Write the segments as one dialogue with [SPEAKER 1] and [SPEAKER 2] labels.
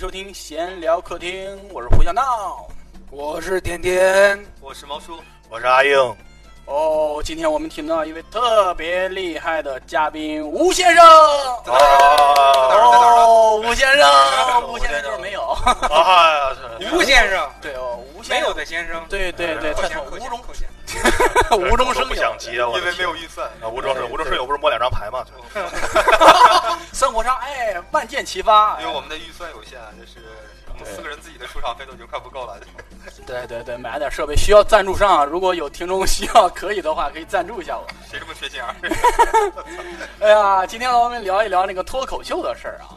[SPEAKER 1] 收听闲聊客厅，我是胡小闹，
[SPEAKER 2] 我是点点，
[SPEAKER 3] 我是毛叔，
[SPEAKER 4] 我是阿英。
[SPEAKER 1] 哦，今天我们请到一位特别厉害的嘉宾吴先生。哦，吴先生，吴先生就是没有。
[SPEAKER 4] 啊，
[SPEAKER 2] 吴先生，
[SPEAKER 1] 对哦，吴
[SPEAKER 2] 没
[SPEAKER 1] 先
[SPEAKER 2] 有
[SPEAKER 1] 生，
[SPEAKER 2] 的先生，
[SPEAKER 1] 对对对，
[SPEAKER 2] 扣
[SPEAKER 1] 他
[SPEAKER 2] 钱
[SPEAKER 1] 从
[SPEAKER 2] 扣
[SPEAKER 1] 无
[SPEAKER 2] 钱
[SPEAKER 1] 中
[SPEAKER 2] 扣钱，
[SPEAKER 1] 无中
[SPEAKER 4] 我
[SPEAKER 1] 生有，
[SPEAKER 4] 都不想提啊，我
[SPEAKER 3] 因为没有预算，
[SPEAKER 4] 啊，无中生无中生有不是摸两张牌吗？就
[SPEAKER 1] 生活上哎万箭齐发。
[SPEAKER 3] 因为我们的预算有限，啊就是我们四个人自己的出场费都已经快不够了。
[SPEAKER 1] 哎对对对，买点设备需要赞助商啊，如果有听众需要可以的话，可以赞助一下我。
[SPEAKER 3] 谁这么缺心眼儿？
[SPEAKER 1] 哎呀，今天我们聊一聊那个脱口秀的事儿啊，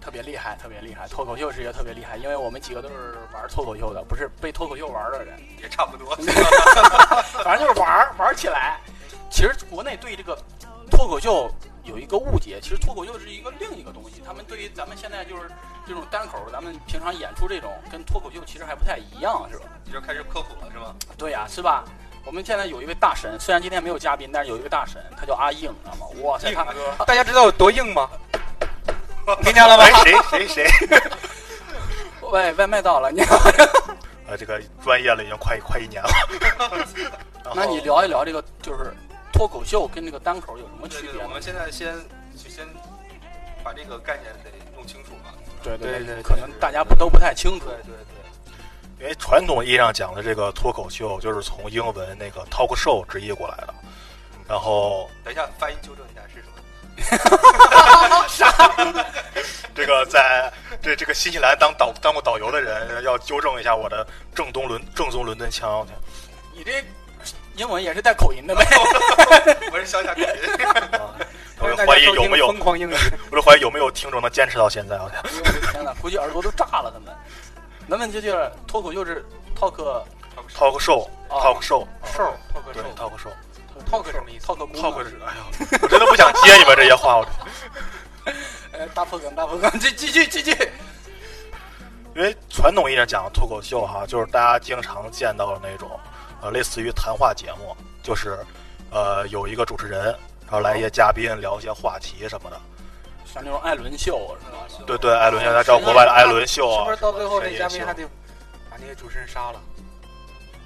[SPEAKER 1] 特别厉害，特别厉害。脱口秀是一个特别厉害，因为我们几个都是玩脱口秀的，不是被脱口秀玩的人，
[SPEAKER 3] 也差不多。
[SPEAKER 1] 反正就是玩儿玩起来。其实国内对这个脱口秀有一个误解，其实脱口秀是一个另一个东西。他们对于咱们现在就是这种单口，咱们平常演出这种，跟脱口秀其实还不太一样，是吧？
[SPEAKER 3] 你就开始科普了是吗？
[SPEAKER 1] 对呀、是吧？我们现在有一位大神，虽然今天没有嘉宾，但是有一位大神，他叫阿硬，知道吗？哇塞，
[SPEAKER 2] 硬
[SPEAKER 1] 他
[SPEAKER 2] 哥，大家知道有多硬吗？听见了吗？
[SPEAKER 4] 哎，谁谁谁
[SPEAKER 1] 喂，外卖到了，你
[SPEAKER 4] 啊，这个专业了已经快快一年 了。然后
[SPEAKER 1] 那你聊一聊这个，就是脱口秀跟这个单口有什么
[SPEAKER 3] 对
[SPEAKER 1] 区别
[SPEAKER 3] 对对，我
[SPEAKER 1] 呢？
[SPEAKER 3] 们现在先就先把这个概念得弄清楚嘛。
[SPEAKER 1] 对
[SPEAKER 3] 对对对
[SPEAKER 1] 可能大家不都不太清楚
[SPEAKER 3] 对。对对，
[SPEAKER 4] 因为传统意义上讲的这个脱口秀，就是从英文那个 talk show 直译过来的。然后
[SPEAKER 3] 等一下发音纠正一下是什么？
[SPEAKER 4] 这个在这这个新西兰当导当过导游的人要纠正一下我的正宗伦正宗伦敦腔。
[SPEAKER 1] 你这英文也是带口音的呗？
[SPEAKER 3] 我是乡下口音。
[SPEAKER 4] 啊，我就怀疑有没有，
[SPEAKER 2] 疯狂英语？
[SPEAKER 4] 我就怀疑有没有听众能坚持到现在。啊我天
[SPEAKER 1] 哎呦我的天呐，估计耳朵都炸了，他们。那问题就是脱口秀是 talk
[SPEAKER 4] ，talk show，talk show，
[SPEAKER 1] show talk
[SPEAKER 4] 对
[SPEAKER 1] show
[SPEAKER 4] ，talk show。
[SPEAKER 2] talk 什么意思
[SPEAKER 1] talk 姑娘
[SPEAKER 4] talk 是，哎呀，我真的不想接你们这些话，我
[SPEAKER 1] 呃大破梗大破梗，这继续继续。
[SPEAKER 4] 因为传统意义上讲脱口秀哈，就是大家经常见到的那种，呃，类似于谈话节目，就是，呃，有一个主持人，然后来一些嘉宾聊一些话题什么的。
[SPEAKER 1] 像那种艾伦秀是吧？
[SPEAKER 4] 对对，艾伦现在招国外的艾伦秀
[SPEAKER 2] 是
[SPEAKER 4] 啊，
[SPEAKER 2] 不是到最后
[SPEAKER 4] 谁
[SPEAKER 2] 那
[SPEAKER 4] 也
[SPEAKER 2] 嘉宾
[SPEAKER 4] 秀
[SPEAKER 2] 还得把那个主持人杀了？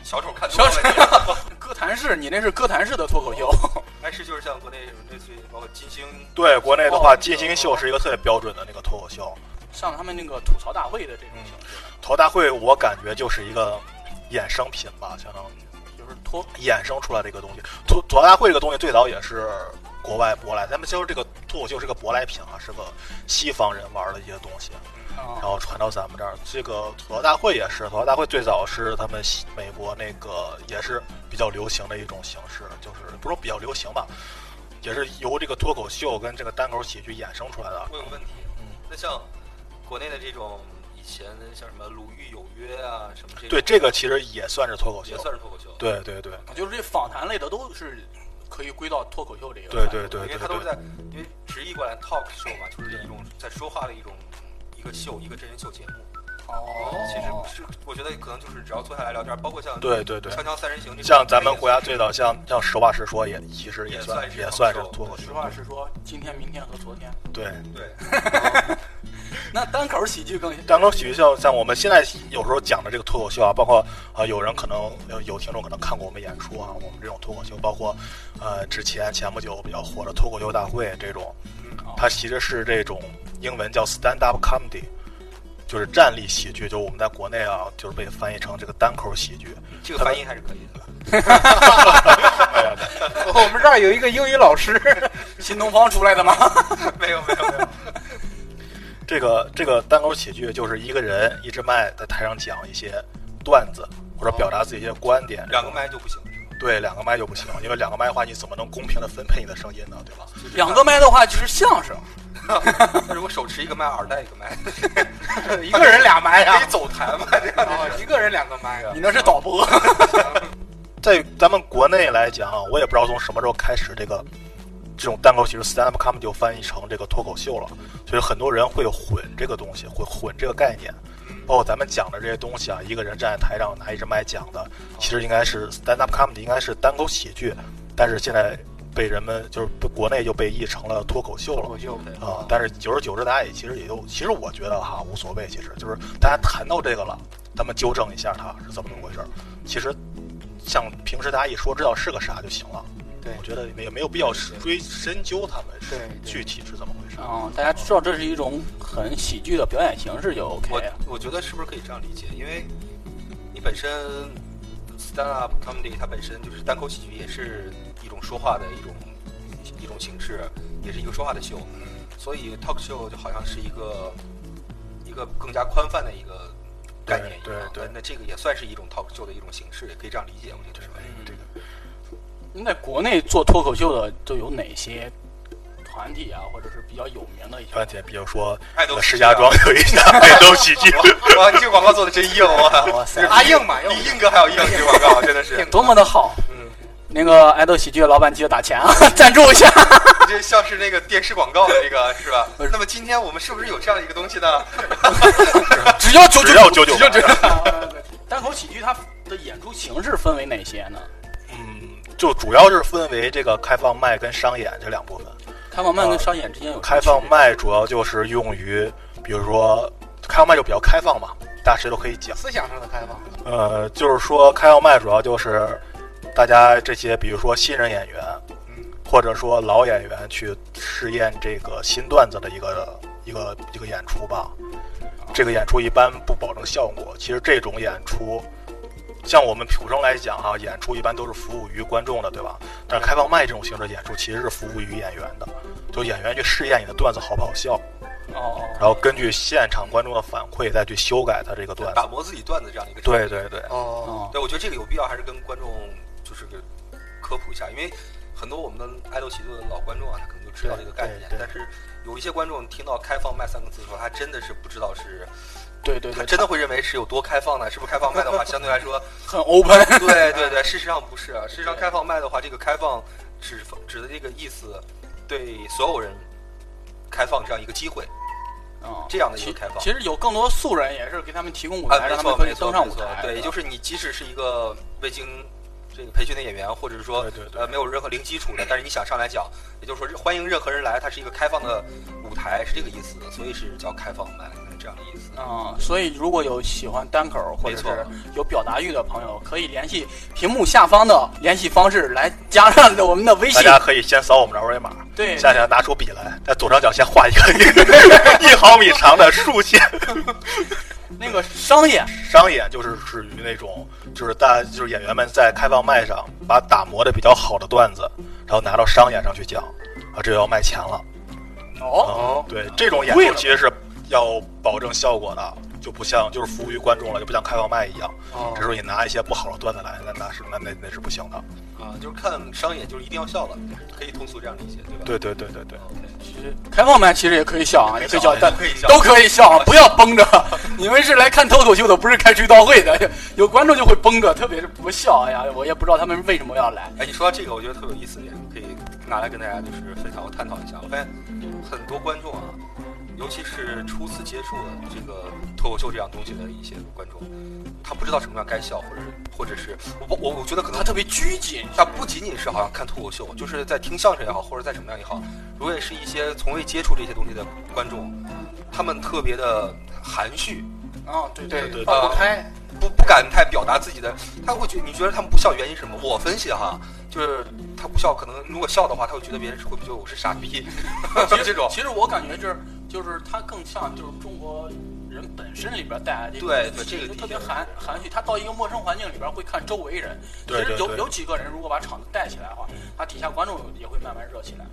[SPEAKER 3] 小丑看多
[SPEAKER 1] 小
[SPEAKER 3] 了
[SPEAKER 1] 丑
[SPEAKER 3] 这个。
[SPEAKER 1] 哥谭市，你那是哥谭市的脱口 秀。
[SPEAKER 3] 但是就是像国内类似于包括金星，
[SPEAKER 4] 对国内的话，
[SPEAKER 3] 哦
[SPEAKER 4] 金星秀是一个特别标准的那个脱口秀。
[SPEAKER 1] 上他们那个吐槽大会的这种
[SPEAKER 4] 嗯
[SPEAKER 1] 形式，
[SPEAKER 4] 头大会我感觉就是一个衍生品吧，相当于
[SPEAKER 1] 就是脱
[SPEAKER 4] 衍生出来的一个东西。脱脱大会这个东西最早也是国外舶来，他们就是这个脱口秀是个舶来品啊，是个西方人玩的一些东西。
[SPEAKER 3] 哦
[SPEAKER 4] 然
[SPEAKER 1] 啊，
[SPEAKER 4] 后传到咱们这儿。这个吐槽大会也是，吐槽大会最早是他们西美国那个也是比较流行的一种形式，就是不是说比较流行吧，也是由这个脱口秀跟这个单口喜剧衍生出来的。
[SPEAKER 3] 我有个问题，那像国内的这种以前像什么《鲁豫有约》啊，什么这种，
[SPEAKER 4] 对，这个其实也算是脱口秀
[SPEAKER 3] 也。算是脱口秀。，
[SPEAKER 4] 对对对
[SPEAKER 1] 就是这访谈类的都是可以归到脱口秀这个。
[SPEAKER 4] 对对对
[SPEAKER 3] 因为
[SPEAKER 4] 对
[SPEAKER 3] 它都是
[SPEAKER 4] 对
[SPEAKER 3] 在，因为直译过来 talk show 嘛，就是一种在说话的一种一个秀，一个真人秀节目。
[SPEAKER 1] 哦，
[SPEAKER 3] 其实是，我觉得可能就是只要坐下来聊天，包括像
[SPEAKER 4] 对对对。
[SPEAKER 3] 锵锵三人行这种，
[SPEAKER 4] 像咱们国家最早像像实话实说也其实也算
[SPEAKER 3] 也算是
[SPEAKER 4] 也算是脱
[SPEAKER 3] 脱
[SPEAKER 4] 口
[SPEAKER 3] 口
[SPEAKER 4] 秀
[SPEAKER 1] 实，话实说，今天、明天和昨天，
[SPEAKER 4] 对。
[SPEAKER 3] 对，
[SPEAKER 1] 那单口喜剧更
[SPEAKER 4] 单口喜剧像像我们现在有时候讲的这个脱口秀啊，包括呃有人可能有有听众可能看过我们演出啊，我们这种脱口秀，包括呃之前前不久比较火的脱口秀大会这种，它其实是这种英文叫 stand up comedy，就是站立喜剧，就我们在国内啊就是被翻译成这个单口喜剧。
[SPEAKER 3] 这个翻译还是可以的。
[SPEAKER 2] 我们这儿有一个英语老师，
[SPEAKER 1] 新东方出来的吗？
[SPEAKER 3] 没有没有没有，
[SPEAKER 4] 这个这个单口喜剧就是一个人一支麦在台上讲一些段子或者表达自己一些观点，
[SPEAKER 3] 哦两个麦就不行是吗？
[SPEAKER 4] 对两个麦就不行，因为两个麦的话你怎么能公平的分配你的声音呢？对吧？
[SPEAKER 1] 两个麦的话就是相声，
[SPEAKER 3] 那如果手持一个麦，耳带一个麦，
[SPEAKER 2] 一个人俩麦
[SPEAKER 3] 可以
[SPEAKER 2] 呀，
[SPEAKER 3] 走台嘛？ 这样
[SPEAKER 2] 啊，一个人两个麦呀
[SPEAKER 1] 你。那是导 播。
[SPEAKER 4] 在咱们国内来讲，啊我也不知道从什么时候开始，这个这种单口喜剧 stand up comedy 就翻译成这个脱口秀了，所以很多人会混这个东西，会混这个概念。包括咱们讲的这些东西啊，一个人站在台上拿一支麦讲的，其实应该是 stand up comedy，应该是单口喜剧，但是现在被人们就是被国内就被译成了脱口秀
[SPEAKER 1] 脱
[SPEAKER 4] 了。
[SPEAKER 1] 口秀，
[SPEAKER 4] 啊、但是久而久之，大家也其实也就，其实我觉得哈无所谓，其实就是大家谈到这个了，咱们纠正一下它是怎么怎么回事儿。其实像平时大家一说知道是个啥就行了，
[SPEAKER 1] 对
[SPEAKER 4] 我觉得也没有必要追深究他们是
[SPEAKER 1] 对对
[SPEAKER 4] 具体是怎么回事儿。
[SPEAKER 1] 嗯，大家知道这是一种很喜剧的表演形式就 OK 了。
[SPEAKER 3] 我我觉得是不是可以这样理解？因为你本身 stand up comedy 它本身就是单口喜剧，也是一种说话的一种一种形式，也是一个说话的秀。所以 talk show 就好像是一个一个更加宽泛的一个概念一
[SPEAKER 4] 对
[SPEAKER 3] 样。
[SPEAKER 4] 对对
[SPEAKER 3] 那这个也算是一种 talk show 的一种形式，也可以这样理解，我觉得是吧？
[SPEAKER 4] 这个
[SPEAKER 1] 那在国内做脱口秀的都有哪些团体啊，或者是比较有名的一些？
[SPEAKER 4] 而且比如说，呃
[SPEAKER 3] 爱豆啊
[SPEAKER 4] 石家庄有一家爱豆喜 剧，
[SPEAKER 3] 哇，你这个广告做的真硬 啊！
[SPEAKER 1] 哇塞
[SPEAKER 3] 阿硬嘛，比硬哥还要硬，这个广告真的是。
[SPEAKER 1] 多么的好！
[SPEAKER 3] 嗯，
[SPEAKER 1] 那个爱豆喜剧的老板记得打钱啊， 赞助一下。
[SPEAKER 3] 你这像是那个电视广告的这个是吧？那么今天我们是不是有这样一个东西呢？
[SPEAKER 2] 只要九
[SPEAKER 4] 只要九九 八，
[SPEAKER 1] 啊单口喜剧它的演出形式分为哪些呢？
[SPEAKER 4] 嗯，就主要是分为这个开放麦跟商演这两部分。
[SPEAKER 1] 开放麦跟商演之间有什么
[SPEAKER 4] 开放
[SPEAKER 1] 区别，
[SPEAKER 4] 麦主要就是用于，比如说开放麦就比较开放嘛，大家谁都可以讲。
[SPEAKER 2] 思想上的开放，
[SPEAKER 4] 呃，就是说开放麦主要就是大家这些，比如说新人演员，或者说老演员去试验这个新段子的一个一个一个演出吧。这个演出一般不保证效果，其实这种演出。像我们普通来讲哈、演出一般都是服务于观众的，对吧？但是开放麦这种形式的演出其实是服务于演员的，就演员去试验你的段子好不好笑，
[SPEAKER 1] 哦，
[SPEAKER 4] 然后根据现场观众的反馈再去修改他这个段子
[SPEAKER 3] 打。磨自己段子这样的一个。
[SPEAKER 4] 对对对，
[SPEAKER 2] 哦，
[SPEAKER 1] 哦，
[SPEAKER 3] 对，我觉得这个有必要还是跟观众就是给科普一下，因为很多我们的爱豆喜剧的老观众啊，他可能就知道这个概念
[SPEAKER 4] 对，对
[SPEAKER 3] 但是有一些观众听到“开放麦”三个字的时候，他真的是不知道是，
[SPEAKER 1] 对对
[SPEAKER 3] 他
[SPEAKER 1] 对，
[SPEAKER 3] 真的会认为是有多开放呢？是不是开放麦的话，相对来 说，
[SPEAKER 1] 很 open。
[SPEAKER 3] 对对对，事实上不是啊，事实上开放麦的话，这个开放指指的这个意思，对所有人开放这样一个机会，
[SPEAKER 1] 嗯
[SPEAKER 3] 这样的一
[SPEAKER 1] 其
[SPEAKER 3] 个开放。
[SPEAKER 1] 其实有更多素人也是给他们提供舞
[SPEAKER 3] 啊，
[SPEAKER 1] 台，
[SPEAKER 3] 没
[SPEAKER 1] 让他们
[SPEAKER 3] 错，
[SPEAKER 1] 可
[SPEAKER 3] 没
[SPEAKER 1] 以
[SPEAKER 3] 错，
[SPEAKER 1] 登上
[SPEAKER 3] 没
[SPEAKER 1] 舞
[SPEAKER 3] 错
[SPEAKER 1] 台。
[SPEAKER 3] 对，也就是你即使是一个未经这个培训的演员，或者是说
[SPEAKER 4] 对对对
[SPEAKER 3] 呃没有任何零基础的，但是你想上来讲，也就是说欢迎任何人来，它是一个开放的舞台，是这个意思，所以是叫开放麦这样的意思。
[SPEAKER 1] 嗯，所以如果有喜欢单口或者
[SPEAKER 3] 没
[SPEAKER 1] 是
[SPEAKER 3] 错
[SPEAKER 1] 有表达欲的朋友，可以联系屏幕下方的联系方式来加上我们的微
[SPEAKER 4] 大
[SPEAKER 1] 信。
[SPEAKER 4] 家可以先扫我们的二维码，
[SPEAKER 1] 对
[SPEAKER 4] 下下拿出笔来，在左上角先画一个 一毫米长的竖线。
[SPEAKER 1] 那个商演，
[SPEAKER 4] 商演就是属于那种，就是大就是演员们在开放麦上把打磨的比较好的段子，然后拿到商演上去讲，啊，这要卖钱了。
[SPEAKER 1] 哦，
[SPEAKER 4] 哦，对，这种演
[SPEAKER 1] 贵
[SPEAKER 4] 出
[SPEAKER 1] 了
[SPEAKER 4] 其实是要保证效果的，就不像就是服务于观众了，就不像开放麦一样。
[SPEAKER 2] 哦
[SPEAKER 4] 这时候你拿一些不好的段子来，那那是那那那是不行的。
[SPEAKER 3] 啊，就是看商演就是一定要笑了，可以通俗这样理解，对吧？
[SPEAKER 4] 对对对对对。
[SPEAKER 3] OK。
[SPEAKER 1] 其实开放麦其实也可以笑啊，也 可以笑，但
[SPEAKER 3] 可以笑
[SPEAKER 1] 都可以笑啊，不要绷着。 你们是来看脱口秀的，不是开追悼会的。有观众就会绷着，特别是不笑。哎呀，我也不知道他们为什么要来。
[SPEAKER 3] 哎，你说到这个，我觉得特别有意思的点，可以拿来跟大家就是分享和探讨一下。我发现很多观众啊，尤其是初次接触了这个脱口秀这样东西的一些观众，他不知道什么样该笑，或者是或者是我我我觉得可能
[SPEAKER 1] 他特别拘谨，
[SPEAKER 3] 他不仅仅是好像看脱口秀，就是在听相声也好，或者在什么样也好，如果也是一些从未接触这些东西的观众，他们特别的含蓄，
[SPEAKER 1] 啊，对
[SPEAKER 2] 对
[SPEAKER 1] 对，
[SPEAKER 2] 放不开，
[SPEAKER 3] 不不敢太表达自己的，他会觉你觉得他们不笑原因是什么？我分析哈，就是他不笑，可能如果笑的话，他会觉得别人是会不会觉得我是傻逼， 这种。
[SPEAKER 1] 其实我感觉就是就是他更像就是中国人本身里边带来的
[SPEAKER 3] 对
[SPEAKER 1] 这
[SPEAKER 3] 对这个
[SPEAKER 1] 就
[SPEAKER 3] 的
[SPEAKER 1] 特别
[SPEAKER 3] 确
[SPEAKER 1] 含含蓄。他到一个陌生环境里边会看周围人，其
[SPEAKER 4] 对
[SPEAKER 1] 实
[SPEAKER 4] 对
[SPEAKER 1] 有
[SPEAKER 4] 对
[SPEAKER 1] 有几个人如果把场子带起来的话，
[SPEAKER 3] 嗯
[SPEAKER 1] 他底下观众也会慢慢热起来。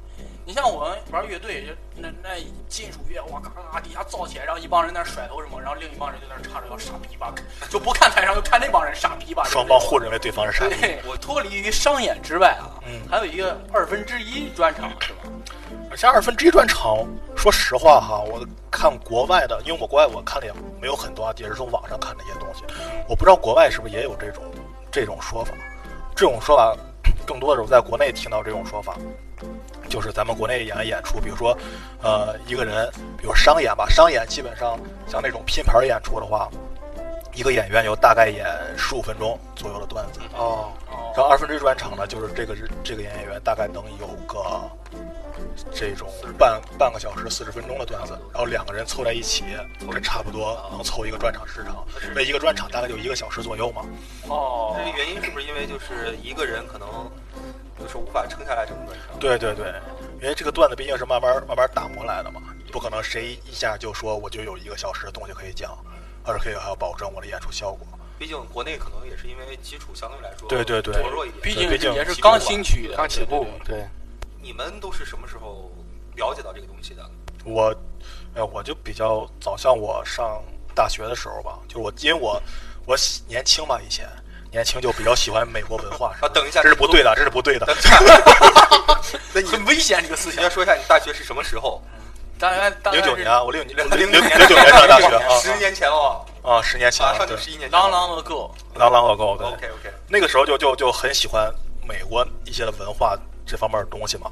[SPEAKER 1] 你像我们玩乐队，就那那金属乐，哇咔咔咔，底下造起来，然后一帮人在那甩头什么，然后另一帮人就在那插着腰傻逼吧，就不看台上，就看那帮人傻逼吧。就是
[SPEAKER 4] 双方
[SPEAKER 1] 这种
[SPEAKER 4] 互认为对方是傻逼。
[SPEAKER 1] 对，我脱离于商演之外啊，
[SPEAKER 4] 嗯
[SPEAKER 1] 还有一个二分之一专场是吧？
[SPEAKER 4] 而且二分之一专场，说实话哈，我看国外的，因为我国外我看的也没有很多啊，也是从网上看的一些东西，我不知道国外是不是也有这种这种说法，这种说法更多的是我在国内听到这种说法，就是咱们国内演演出，比如说，呃，一个人，比如商演吧，商演基本上像那种拼盘演出的话，一个演员有大概演十五分钟左右的段子，
[SPEAKER 2] 哦，
[SPEAKER 1] 哦，
[SPEAKER 4] 然后二分之一专场呢，就是这个是这个演员大概能有个这种半半个小时四十分钟的段子，然后两个人凑在一起，这差不多能凑一个专场时长，每一个专场大概就一个小时左右嘛。
[SPEAKER 1] 哦
[SPEAKER 3] 这个原因是不是因为就是一个人可能就是无法撑下来这么多场？
[SPEAKER 4] 对对对，因为这个段子毕竟是慢慢慢慢打磨来的嘛，不可能谁一下就说我就有一个小时的东西可以讲，而且还要保证我的演出效果。
[SPEAKER 3] 毕竟国内可能也是因为基础相对来说
[SPEAKER 4] 对对对
[SPEAKER 3] 薄弱一点。
[SPEAKER 1] 毕竟
[SPEAKER 4] 毕竟
[SPEAKER 1] 也是
[SPEAKER 4] 起步
[SPEAKER 1] 刚
[SPEAKER 4] 嘛
[SPEAKER 1] 兴起的，
[SPEAKER 2] 刚起步，对，
[SPEAKER 3] 你们都是什么时候了解到这个东西的？
[SPEAKER 4] 我，呃，我就比较早，像我上大学的时候吧，就是我因为我我喜年轻嘛，以前年轻就比较喜欢美国文化什么的。
[SPEAKER 3] 啊等一下
[SPEAKER 4] 这是不对的，这是不对的。
[SPEAKER 3] 那你
[SPEAKER 1] 很危险这个思
[SPEAKER 3] 你
[SPEAKER 1] 想
[SPEAKER 3] 要。说一下你大学是什么时候？
[SPEAKER 1] 当然，当
[SPEAKER 4] 零
[SPEAKER 1] 然
[SPEAKER 4] 九
[SPEAKER 1] 是
[SPEAKER 4] 年啊，我零零零
[SPEAKER 3] 09
[SPEAKER 4] 零九年上大学
[SPEAKER 3] 十年前了
[SPEAKER 4] 啊啊，十年前
[SPEAKER 3] 啊，
[SPEAKER 4] 了
[SPEAKER 3] 上
[SPEAKER 4] 对
[SPEAKER 3] 去十一年前了。
[SPEAKER 1] 朗朗的够，
[SPEAKER 4] 朗朗我够对。
[SPEAKER 3] OK OK，
[SPEAKER 4] 那个时候就就就很喜欢美国一些的文化这方面的东西嘛，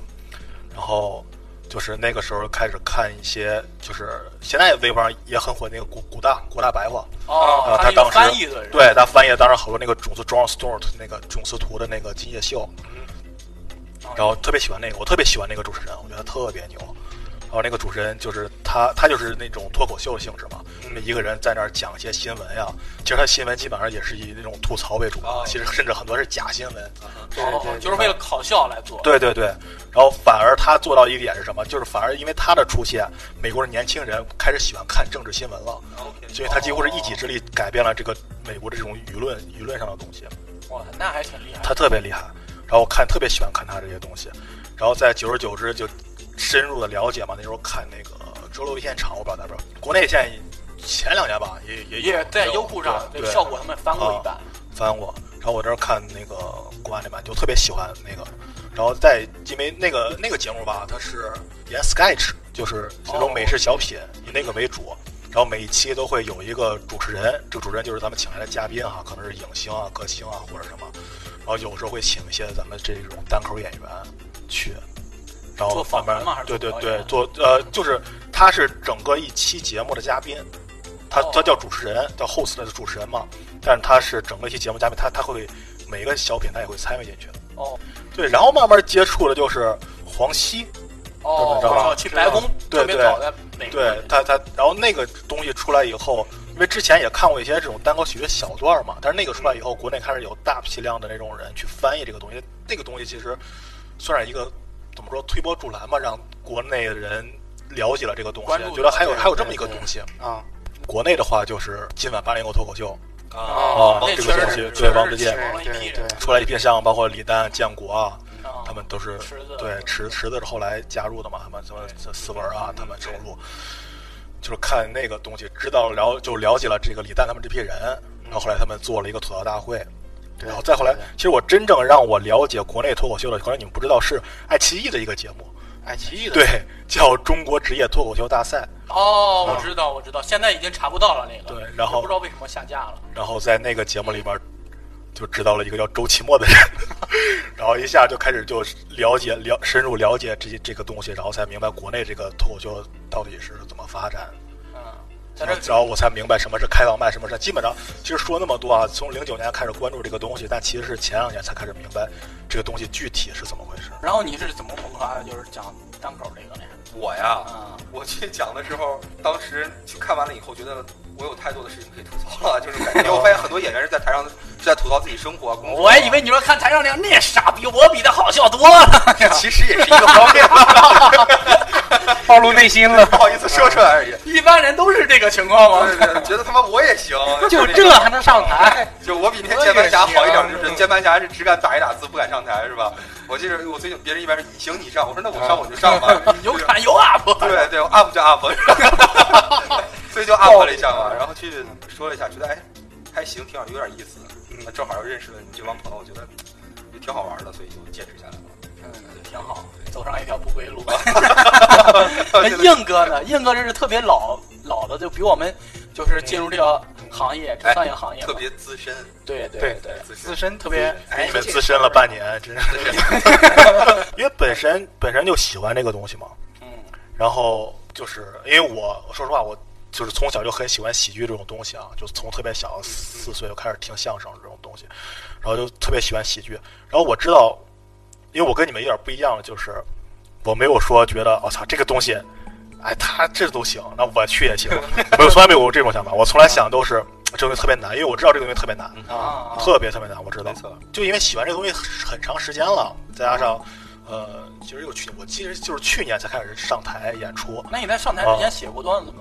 [SPEAKER 4] 然后就是那个时候开始看一些，就是现在微博上也很火那个古古大古大白话，
[SPEAKER 1] 哦
[SPEAKER 4] 啊，，
[SPEAKER 1] 他
[SPEAKER 4] 他
[SPEAKER 1] 是一
[SPEAKER 4] 当
[SPEAKER 1] 个
[SPEAKER 4] 时
[SPEAKER 1] 翻译的人，啊
[SPEAKER 4] 对他翻译了当时好多那个种子 John Stewart 那个种子图的那个金叶
[SPEAKER 1] 哦
[SPEAKER 4] 秀，然后特别喜欢那个，我特别喜欢那个主持人，我觉得他特别牛。然后那个主持人就是他，他就是那种脱口秀性质嘛，
[SPEAKER 1] 嗯
[SPEAKER 4] 那一个人在那儿讲一些新闻呀。其实他的新闻基本上也是以那种吐槽为主嘛
[SPEAKER 3] 哦，
[SPEAKER 4] 其实甚至很多是假新闻。
[SPEAKER 1] 哦，就是为了考校来做，
[SPEAKER 4] 对对对，然后反而他做到一点是什么？就是反而因为他的出现，美国的年轻人开始喜欢看政治新闻了，
[SPEAKER 3] OK，
[SPEAKER 4] 所以他几乎是一己之力改变了这个美国的这种舆论舆论上的东西。
[SPEAKER 1] 哇，那还挺厉害。
[SPEAKER 4] 他特别厉害，然后我看特别喜欢看他这些东西，然后在久而久之就深入的了解嘛。那时候看那个周六夜现场，我不知道大家知道，国内现在前两年吧，也也
[SPEAKER 1] 也
[SPEAKER 4] 有
[SPEAKER 1] 在
[SPEAKER 4] 有
[SPEAKER 1] 优酷上那个
[SPEAKER 4] 对啊对
[SPEAKER 1] 效果他们翻过一版，
[SPEAKER 4] 翻过，然后我这儿看那个国外那版就特别喜欢那个，然后再因为那个那个节目吧，它是演 sketch，就是那种美式小品，以那个为主。然后每一期都会有一个主持人，这个主持人就是咱们请来的嘉宾啊，可能是影星啊、歌星啊或者什么，然后有时候会请一些咱们这种单口演员去，然后
[SPEAKER 1] 做访
[SPEAKER 4] 慢慢
[SPEAKER 1] 谈吗还是
[SPEAKER 4] 对对
[SPEAKER 1] 做表
[SPEAKER 4] 对
[SPEAKER 1] 演
[SPEAKER 4] 做呃就是他是整个一期节目的嘉宾，他
[SPEAKER 1] 哦
[SPEAKER 4] 他叫主持人，叫 host 的主持人嘛，但是他是整个一期节目嘉宾，他他会每个小品他也会参与进去。
[SPEAKER 1] 哦
[SPEAKER 4] 对，然后慢慢接触的就是黄西，
[SPEAKER 1] 哦，
[SPEAKER 4] 知道吧
[SPEAKER 1] 我去白宫
[SPEAKER 4] 对
[SPEAKER 1] 特别
[SPEAKER 4] 对
[SPEAKER 1] 早的美国
[SPEAKER 4] 对他他，然后那个东西出来以后，因为之前也看过一些这种单口喜剧的小段儿嘛，但是那个出来以后，国内开始有大批量的那种人去翻译这个东西，那个东西其实算是一个怎么说推波助澜嘛，让国内人了解了这个东
[SPEAKER 1] 关
[SPEAKER 4] 西，
[SPEAKER 1] 注
[SPEAKER 4] 觉得还有
[SPEAKER 1] 到这个
[SPEAKER 4] 还有这么一个东西。
[SPEAKER 2] 啊，
[SPEAKER 4] 国内的话就是今晚八零后脱口秀，
[SPEAKER 3] 啊
[SPEAKER 1] 那
[SPEAKER 4] 这
[SPEAKER 1] 确
[SPEAKER 4] 个东
[SPEAKER 1] 实
[SPEAKER 4] 西
[SPEAKER 1] 是
[SPEAKER 4] 对王自
[SPEAKER 1] 确实
[SPEAKER 4] 健
[SPEAKER 1] 是启蒙了一
[SPEAKER 2] 对
[SPEAKER 1] 批
[SPEAKER 2] 对
[SPEAKER 1] 人
[SPEAKER 2] 对，
[SPEAKER 4] 出来一批像包括李诞、建国啊，
[SPEAKER 1] 啊
[SPEAKER 4] 他们都是
[SPEAKER 1] 池子
[SPEAKER 4] 对池池子是后来加入的嘛，他们什么斯斯文啊，他们收入，就是看那个东西，知道了就了解了这个李诞他们这批人，然后后来他们做了一个吐槽大会。
[SPEAKER 2] 对
[SPEAKER 4] 然后再后来
[SPEAKER 2] 对对，
[SPEAKER 4] 其实我真正让我了解国内脱口秀的，可能你们不知道，是爱奇艺的一个节目，
[SPEAKER 2] 爱哎奇艺的
[SPEAKER 4] 对，叫《中国职业脱口秀大赛》。
[SPEAKER 1] 哦，我知道我知道，现在已经查不到了那个，
[SPEAKER 4] 对然后
[SPEAKER 1] 也不知道为什么下架了，
[SPEAKER 4] 然后在那个节目里边，就知道了一个叫周奇墨的人， 然后一下就开始就了解了深入了解这些这个东西，然后才明白国内这个脱口秀到底是怎么发展。
[SPEAKER 1] 嗯，在这
[SPEAKER 4] 然后我才明白什么是开放麦，什么是基本上其实说那么多啊，从零九年开始关注这个东西，但其实是前两年才开始明白这个东西具体是怎么回事。
[SPEAKER 1] 然后你是怎么萌发的？就是讲单口这个呢？
[SPEAKER 3] 我呀，
[SPEAKER 1] 啊，
[SPEAKER 3] 我去讲的时候，当时去看完了以后，觉得我有太多的事情可以吐槽了，就是感觉我发现很多演员是在台上是在吐槽自己生活啊、工作啊。
[SPEAKER 1] 我还以为你说看台上那样那傻逼，我比他好笑多了。
[SPEAKER 3] 其实也是一个方面，
[SPEAKER 2] 暴露内心了
[SPEAKER 3] 不，好意思啊说出来而已。
[SPEAKER 1] 一般人都是这个情况
[SPEAKER 3] 对
[SPEAKER 1] 吗？，
[SPEAKER 3] 对对觉得他妈我也行，
[SPEAKER 2] 就是这还能上台？
[SPEAKER 3] 就我比那键盘侠好一点，就是键盘侠是只敢打一打字不敢上台是吧？我记得我最近别人一般是你行你上，我说那
[SPEAKER 2] 啊
[SPEAKER 3] 我上我就上吧
[SPEAKER 1] 有砍有 up，
[SPEAKER 3] 对对，我 up 就 up，所以就 up 了一下嘛，然后去说了一下，觉得哎还行，挺好，有点意思。那正好又认识了你这帮朋友，我觉得也挺好玩的，所以就坚持下来了。
[SPEAKER 1] 嗯，挺好，走上一条不归路。
[SPEAKER 3] 到
[SPEAKER 1] 那
[SPEAKER 3] 现在
[SPEAKER 1] 硬哥呢？硬哥这是特别老老的，就比我们就是进入这个行业，这算一个行业吧
[SPEAKER 3] 特别资深，
[SPEAKER 1] 对对
[SPEAKER 2] 对
[SPEAKER 1] 对，
[SPEAKER 3] 资
[SPEAKER 2] 自
[SPEAKER 3] 深。
[SPEAKER 2] 身
[SPEAKER 1] 特别
[SPEAKER 3] 哎
[SPEAKER 4] 你们自 身了半年，真是， 因为本身本身就喜欢这个东西嘛，
[SPEAKER 1] 嗯
[SPEAKER 4] 然后就是因为我说实话，我就是从小就很喜欢喜剧这种东西啊，就从特别小四岁就开始听相声这种东西，然后就特别喜欢喜剧。然后我知道，因为我跟你们有点不一样，就是我没有说觉得我哦操、这个东西，哎，他这都行，那我去也行，没有从来没有过这种想法。我从来想都是这东西特别难，因为我知道这个东西特别难，
[SPEAKER 1] 啊，
[SPEAKER 4] 特别特别难，我知道
[SPEAKER 3] 没。错，
[SPEAKER 4] 就因为喜欢这个东西很长时间了，再加上呃，其实又去我其实就是去年才开始上台演出，
[SPEAKER 1] 那你在上台之前写过段子吗？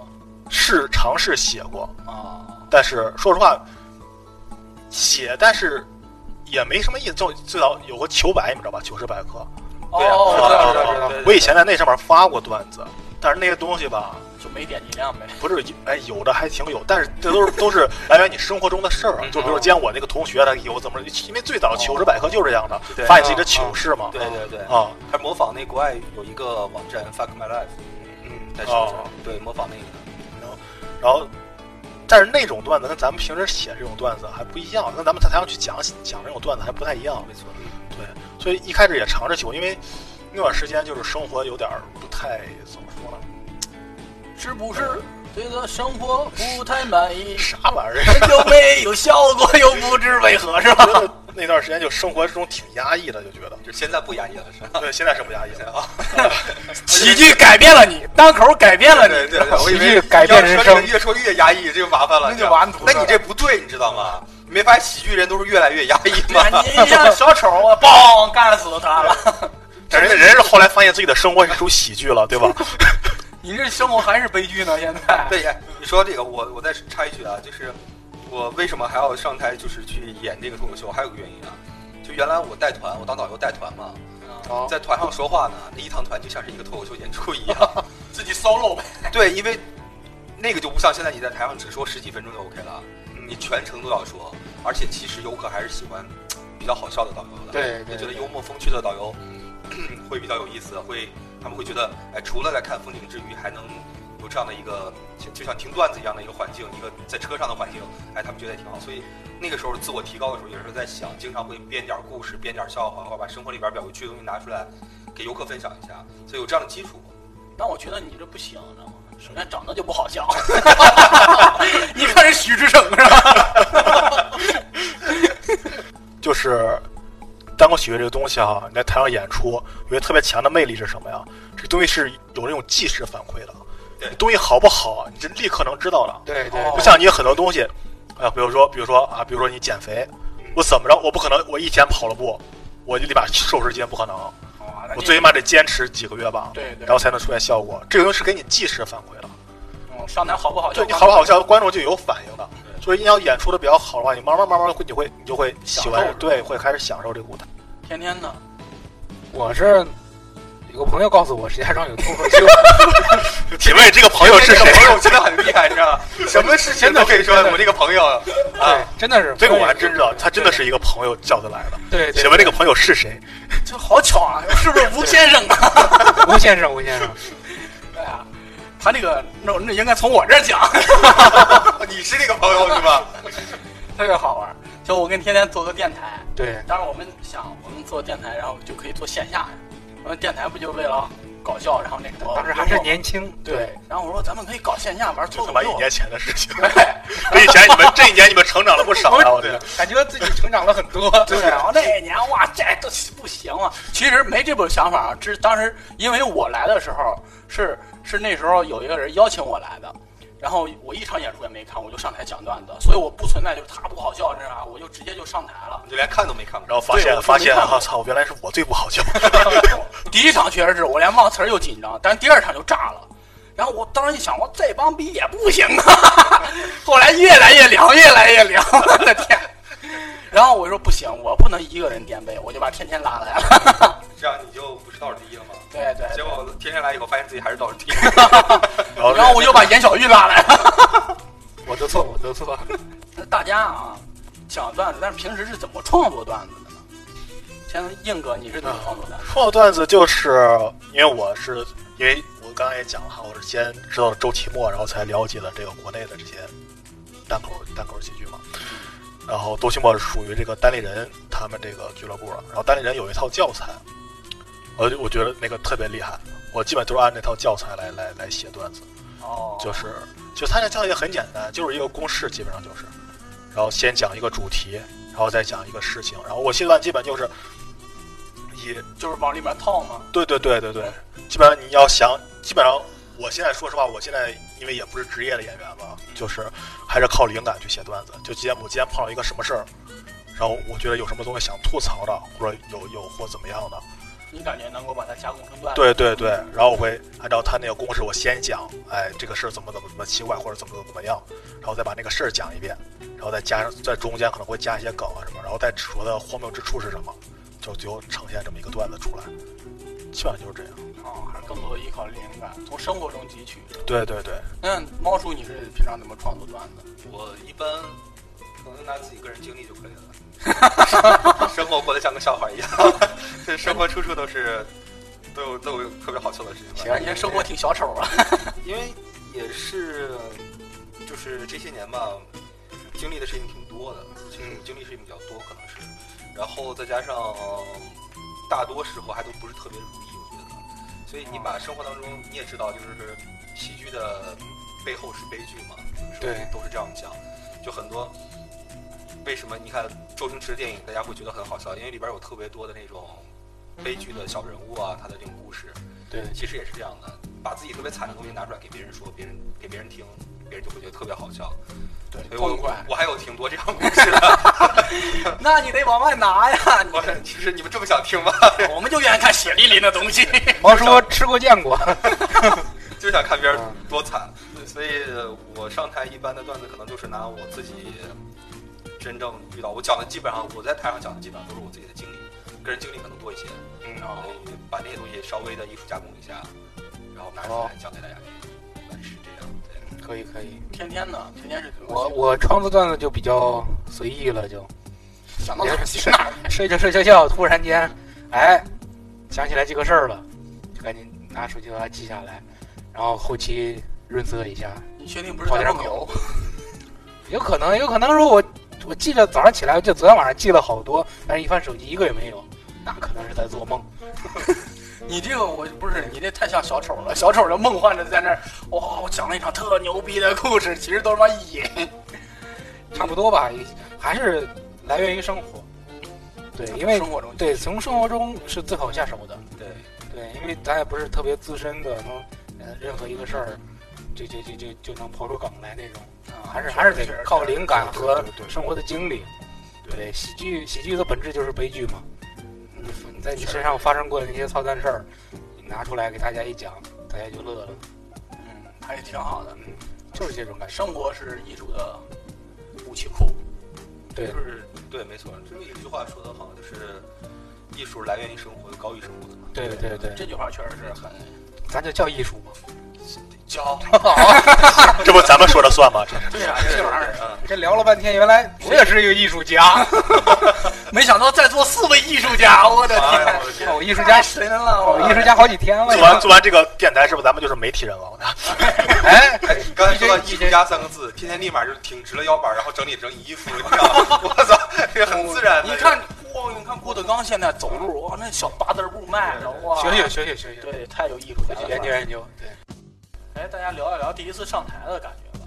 [SPEAKER 4] 是尝试写过，
[SPEAKER 1] 啊，
[SPEAKER 4] 但是说实话，写但是也没什么意思。就最早有个糗百，你们知道吧？糗事百科，
[SPEAKER 3] 对啊
[SPEAKER 1] 哦，
[SPEAKER 3] 知
[SPEAKER 1] 我知道
[SPEAKER 3] 道
[SPEAKER 1] 知
[SPEAKER 3] 知
[SPEAKER 1] 道知
[SPEAKER 3] 道知
[SPEAKER 1] 道
[SPEAKER 3] 道，对对
[SPEAKER 4] 我以前在那上面发过段子，但是那些东西吧，
[SPEAKER 1] 就没点击量呗。
[SPEAKER 4] 不是哎有的还挺有，但是这都是 都是来源于你生活中的事儿啊。
[SPEAKER 3] 嗯
[SPEAKER 4] 就比如说今天我那个同学他有怎么，因为最早糗事百科就是这样的，
[SPEAKER 3] 对嗯
[SPEAKER 4] 发现自己的糗事嘛。
[SPEAKER 3] 对对对，
[SPEAKER 4] 啊，
[SPEAKER 3] 他模仿那国外有一个网站 Fuck My Life，嗯，在手
[SPEAKER 4] 哦
[SPEAKER 3] 上，对，模仿那个，
[SPEAKER 4] 然后，但是那种段子跟咱们平时写这种段子还不一样，跟咱们在台上去讲讲这种段子还不太一样。
[SPEAKER 3] 没错，
[SPEAKER 4] 所以一开始也尝试起过，因为那段时间就是生活有点儿不太怎么说呢，？
[SPEAKER 1] 是不是对这生活不太满意
[SPEAKER 4] 啥玩意儿？
[SPEAKER 1] 很久没有笑过，又不知为何，是吧？
[SPEAKER 4] 觉得那段时间就生活中挺压抑的，就觉得。
[SPEAKER 3] 就现在不压抑了，是吧？
[SPEAKER 4] 对，现在是 不压抑的。
[SPEAKER 1] 啊喜剧改变了你，单口改变了
[SPEAKER 3] 对
[SPEAKER 1] 你，
[SPEAKER 3] 对对，我以
[SPEAKER 2] 喜剧
[SPEAKER 3] 为
[SPEAKER 2] 改变人生
[SPEAKER 3] 要说这个越说越压抑，这就麻烦了，
[SPEAKER 2] 那就完犊子
[SPEAKER 3] 那
[SPEAKER 2] 了
[SPEAKER 3] 你这不对，你知道吗？你没发现喜剧人都是越来越压抑 吗？
[SPEAKER 1] 你一像小丑啊，嘣干死他了。
[SPEAKER 4] 但人人是后来发现自己的生活是出喜剧了，对吧？
[SPEAKER 1] 你这生活还是悲剧呢？现在
[SPEAKER 3] 对，哎你说这个，我我再插一句啊，就是我为什么还要上台，就是去演这个脱口秀，还有个原因啊，就原来我带团，我当导游带团嘛，
[SPEAKER 2] 哦
[SPEAKER 1] 啊
[SPEAKER 3] 在团上说话呢，那一趟团就像是一个脱口秀演出一样。
[SPEAKER 1] 自己 solo 呗。
[SPEAKER 3] 对，因为那个就不像现在你在台上只说十几分钟就 OK 了，嗯你全程都要说，而且其实游客还是喜欢比较好笑的导游的，
[SPEAKER 2] 对对
[SPEAKER 3] 我觉得
[SPEAKER 2] 对嗯
[SPEAKER 3] 幽默风趣的导游 会比较有意思，会他们会觉得，哎，除了在看风景之余，还能有这样的一个就就像听段子一样的一个环境，一个在车上的环境，哎，他们觉得也挺好。所以那个时候自我提高的时候，也是在想，经常会编点故事，编点笑话，或者把生活里边比较有趣的东西拿出来给游客分享一下，所以有这样的基础。
[SPEAKER 1] 但我觉得你这不行，你知道吗？首先长得就不好 笑，你看人许志胜是吧？
[SPEAKER 4] 就是单口喜剧这个东西哈、你在台上演出，有一个特别强的魅力是什么呀？这东西是有那种即时反馈的，
[SPEAKER 3] 对
[SPEAKER 4] 东西好不好，啊你这立刻能知道的。
[SPEAKER 2] 对对
[SPEAKER 1] 哦
[SPEAKER 4] 不像你有很多东西，啊，比如说，比如说啊，比如说你减肥，我怎么着，我不可能我一天跑了步，我就立马瘦十斤，不可能，我最起码得坚持几个月吧，
[SPEAKER 1] 哦对对
[SPEAKER 4] 然后才能出现效果。这个东西是给你即时反馈的，
[SPEAKER 1] 嗯上台好不好笑？
[SPEAKER 4] 就你好不好笑，观众就有反应的。所以你要演出的比较好的话，你慢慢慢慢会，你会你就会喜
[SPEAKER 1] 享
[SPEAKER 4] 欢
[SPEAKER 1] 受，
[SPEAKER 4] 对，会开始享受这个舞台。
[SPEAKER 1] 天天的，
[SPEAKER 2] 我是有个朋友告诉我，石家庄有脱口秀，
[SPEAKER 4] 啊请问这个朋友是
[SPEAKER 3] 这
[SPEAKER 4] 谁
[SPEAKER 3] 个？朋友真的很厉害，你知道吗？什么事情都可以说
[SPEAKER 2] 真的
[SPEAKER 3] 我这个朋友。
[SPEAKER 2] 对，真的是
[SPEAKER 4] 这个我还真知道，他真的是一个朋友叫他来的。
[SPEAKER 2] 对对，
[SPEAKER 4] 请问这个朋友是谁？
[SPEAKER 1] 这好巧啊！ 是不是吴先生啊？
[SPEAKER 2] 吴先生，吴先生，
[SPEAKER 1] 对啊，他那个那那应该从我这儿讲。
[SPEAKER 3] 啊你是那个朋友是吧？
[SPEAKER 1] 特别好玩儿。就我跟天天做个电台，
[SPEAKER 2] 对
[SPEAKER 1] 当然我们想我们做电台，然后就可以做线下。我们电台不就为了搞笑，然后那
[SPEAKER 4] 哦
[SPEAKER 1] 个
[SPEAKER 2] 当时还是年轻，
[SPEAKER 1] 对。然后我说咱们可以搞线下玩脱口
[SPEAKER 4] 就他妈一
[SPEAKER 1] 秀，
[SPEAKER 4] 年前的事 情。
[SPEAKER 1] 对
[SPEAKER 4] 这一年你们这一年你们成长了不少啊！我觉得。
[SPEAKER 2] 感觉自己成长了很多。
[SPEAKER 1] 对，然
[SPEAKER 2] 啊
[SPEAKER 1] 后那年哇，这都不行啊！其实没这种想法啊，只当时因为我来的时候是是那时候有一个人邀请我来的，然后我一场演出也没看，我就上台讲段子，所以我不存在就是他不好笑这样，我就直接就上台了。
[SPEAKER 3] 你就连看都没看过。
[SPEAKER 4] 然后发
[SPEAKER 1] 对
[SPEAKER 4] 现
[SPEAKER 1] 我
[SPEAKER 4] 发现，
[SPEAKER 1] 没看过
[SPEAKER 4] 我操，原来是我最不好 笑。
[SPEAKER 1] 第一场确实是我连忘词儿又紧张，但是第二场就炸了。然后我当时一想，我这帮逼也不行啊！ 后来越来越凉，越来越凉，我的天！然后我说不行，我不能一个人垫背，我就把天天拉来了。
[SPEAKER 3] 这样你就不是倒数第一了吗？
[SPEAKER 1] 对对
[SPEAKER 3] 结
[SPEAKER 1] 对
[SPEAKER 3] 果天天来以后，发现自己还是倒数第一。
[SPEAKER 4] 然后
[SPEAKER 1] 然后我又把严小玉拉来了。
[SPEAKER 2] 我的错，我的错。
[SPEAKER 1] 那大家啊，讲段子，但是平时是怎么创作段子的呢？先硬哥，你是怎么创作段子？
[SPEAKER 4] 创作段子就是因为我是因为我刚才也讲了哈，我是先知道周奇墨，然后才了解了这个国内的这些单口单口喜剧嘛。然后周奇墨是属于这个单立人他们这个俱乐部了，然后单立人有一套教材，我就我觉得那个特别厉害，我基本都是按那套教材来来来写段子。
[SPEAKER 1] 哦
[SPEAKER 4] 就是就他那教材也很简单，就是一个公式，基本上就是，然后先讲一个主题，然后再讲一个事情。然后我现在基本就是以
[SPEAKER 1] 就是往里面套嘛。
[SPEAKER 4] 对对对对对，基本上你要想，基本上我现在说实话，我现在因为也不是职业的演员嘛，就是还是靠灵感去写段子。就今天我今天碰到一个什么事儿，然后我觉得有什么东西想吐槽的，或者有有或怎么样的，
[SPEAKER 1] 你感觉能够把它加工成段子？
[SPEAKER 4] 对对对，然后我会按照他那个公式，我先讲，哎，这个事儿怎么怎么怎么奇怪，或者怎么怎么样，然后再把那个事儿讲一遍，然后再加上在中间可能会加一些梗啊什么，然后再说它的荒谬之处是什么，就就呈现这么一个段子出来，基本上就是这样。
[SPEAKER 1] 啊，还是更多的依靠灵感，从生活中汲取。
[SPEAKER 4] 对对对，
[SPEAKER 1] 那猫叔，你是平常怎么创作段子？
[SPEAKER 3] 我一般可能拿自己个人经历就可以 了，生活过得像个笑话一样，这生活处处都是都有都有特别好笑的事情。
[SPEAKER 1] 感觉生活挺小丑啊。
[SPEAKER 3] 因为也是就是这些年吧，经历的事情挺多的，经经历事情比较多，可能是，然后再加上、呃大多时候还都不是特别如意，我觉得，所以你把生活当中你也知道，就是喜剧的背后是悲剧嘛，
[SPEAKER 2] 对，
[SPEAKER 3] 都是这样讲，就很多。为什么你看周星驰的电影，大家会觉得很好笑？因为里边有特别多的那种悲剧的小人物啊，他的这种故事，
[SPEAKER 2] 对
[SPEAKER 3] 其实也是这样的，把自己特别惨的东西拿出来给别人说，别人给别人听，别人就会觉得特别好笑。
[SPEAKER 1] 对
[SPEAKER 3] 所以我
[SPEAKER 1] 痛快。
[SPEAKER 3] 我还有挺多这样的故事的。
[SPEAKER 1] 那你得往外拿呀！
[SPEAKER 3] 我其实你们这么想听吗？
[SPEAKER 1] 我们就愿意看血淋淋的东西。
[SPEAKER 2] 毛叔吃过见过，
[SPEAKER 3] 就想看别人多惨。所以我上台一般的段子，可能就是拿我自己真正遇到，我讲的基本上我在台上讲的基本上都是我自己的经历，个人经历可能多一些，
[SPEAKER 4] 嗯
[SPEAKER 3] 然后把那些东西稍微的艺术加工一下，然后拿出来讲给大家听，一般是这样。对。
[SPEAKER 2] 可以可以。
[SPEAKER 1] 天天呢，天天是
[SPEAKER 2] 我我创作段子就比较随意了，就
[SPEAKER 1] 想到哪儿去哪儿。
[SPEAKER 2] 睡着睡觉觉，突然间，哎，想起来这个事儿了，就赶紧拿手机把它记下来，然后后期润色一下。
[SPEAKER 1] 你确定不是在梦游？
[SPEAKER 2] 有可能，有可能说我我记着早上起来，我记得昨天晚上记了好多，但是一翻手机一个也没有，那可能是在做梦。
[SPEAKER 1] 你这个我不是，你这太像小丑了。小丑就梦幻着在那儿，哇，我讲了一场特牛逼的故事，其实都是妈野。
[SPEAKER 2] 差不多吧，也还是来源于生活。对，因为
[SPEAKER 1] 生活中
[SPEAKER 2] 对从生活中是最好下手的。
[SPEAKER 3] 对，
[SPEAKER 2] 对，因为咱也不是特别资深的，能呃任何一个事儿，这这这这就能刨出梗来那种，还是还是得靠灵感啊和
[SPEAKER 4] 对对对
[SPEAKER 2] 生活的经历。对，喜剧喜剧的本质就是悲剧嘛。你你在你身上发生过的那些操蛋事儿，你拿出来给大家一讲，大家就乐了，
[SPEAKER 1] 嗯，还是挺好的。
[SPEAKER 2] 就是这种感觉。
[SPEAKER 1] 生活是艺术的武器库。
[SPEAKER 2] 对
[SPEAKER 3] 就是对，没错，就是有一句话说得好，就是艺术来源于生活，高于生活嘛。
[SPEAKER 2] 对对对，
[SPEAKER 1] 这句话确实是很
[SPEAKER 2] 咱就叫艺术嘛。
[SPEAKER 1] 骄傲。
[SPEAKER 4] 这不咱们说了算吗？这是
[SPEAKER 1] 对啊，这玩意儿，
[SPEAKER 3] 嗯，
[SPEAKER 2] 这聊了半天，原来我也是一个艺术家。
[SPEAKER 1] 没想到在座四位艺术家，我的
[SPEAKER 2] 啊
[SPEAKER 3] 哎 呀
[SPEAKER 1] 天，
[SPEAKER 3] 我的天，
[SPEAKER 2] 我哦艺术家，
[SPEAKER 1] 神了！
[SPEAKER 2] 我
[SPEAKER 1] 我
[SPEAKER 2] 艺术家好几天了
[SPEAKER 4] 做。完做完这个电台，是不是咱们就是媒体人了？
[SPEAKER 2] 哎，
[SPEAKER 3] 哎，你刚才说到
[SPEAKER 2] 你
[SPEAKER 3] 艺
[SPEAKER 2] 这
[SPEAKER 3] 术家三个字，天天立马就挺直了腰板，然后整理整理 衣服，你知道吗？我操，这很自然的。
[SPEAKER 1] 你看郭，你看郭德纲现在走路，哇，那小八字步迈着，哇，
[SPEAKER 2] 学学学学学学，
[SPEAKER 1] 对，太有艺术家了。
[SPEAKER 2] 研究研究。对，
[SPEAKER 1] 哎，大家聊一聊第一次上台的感觉吧。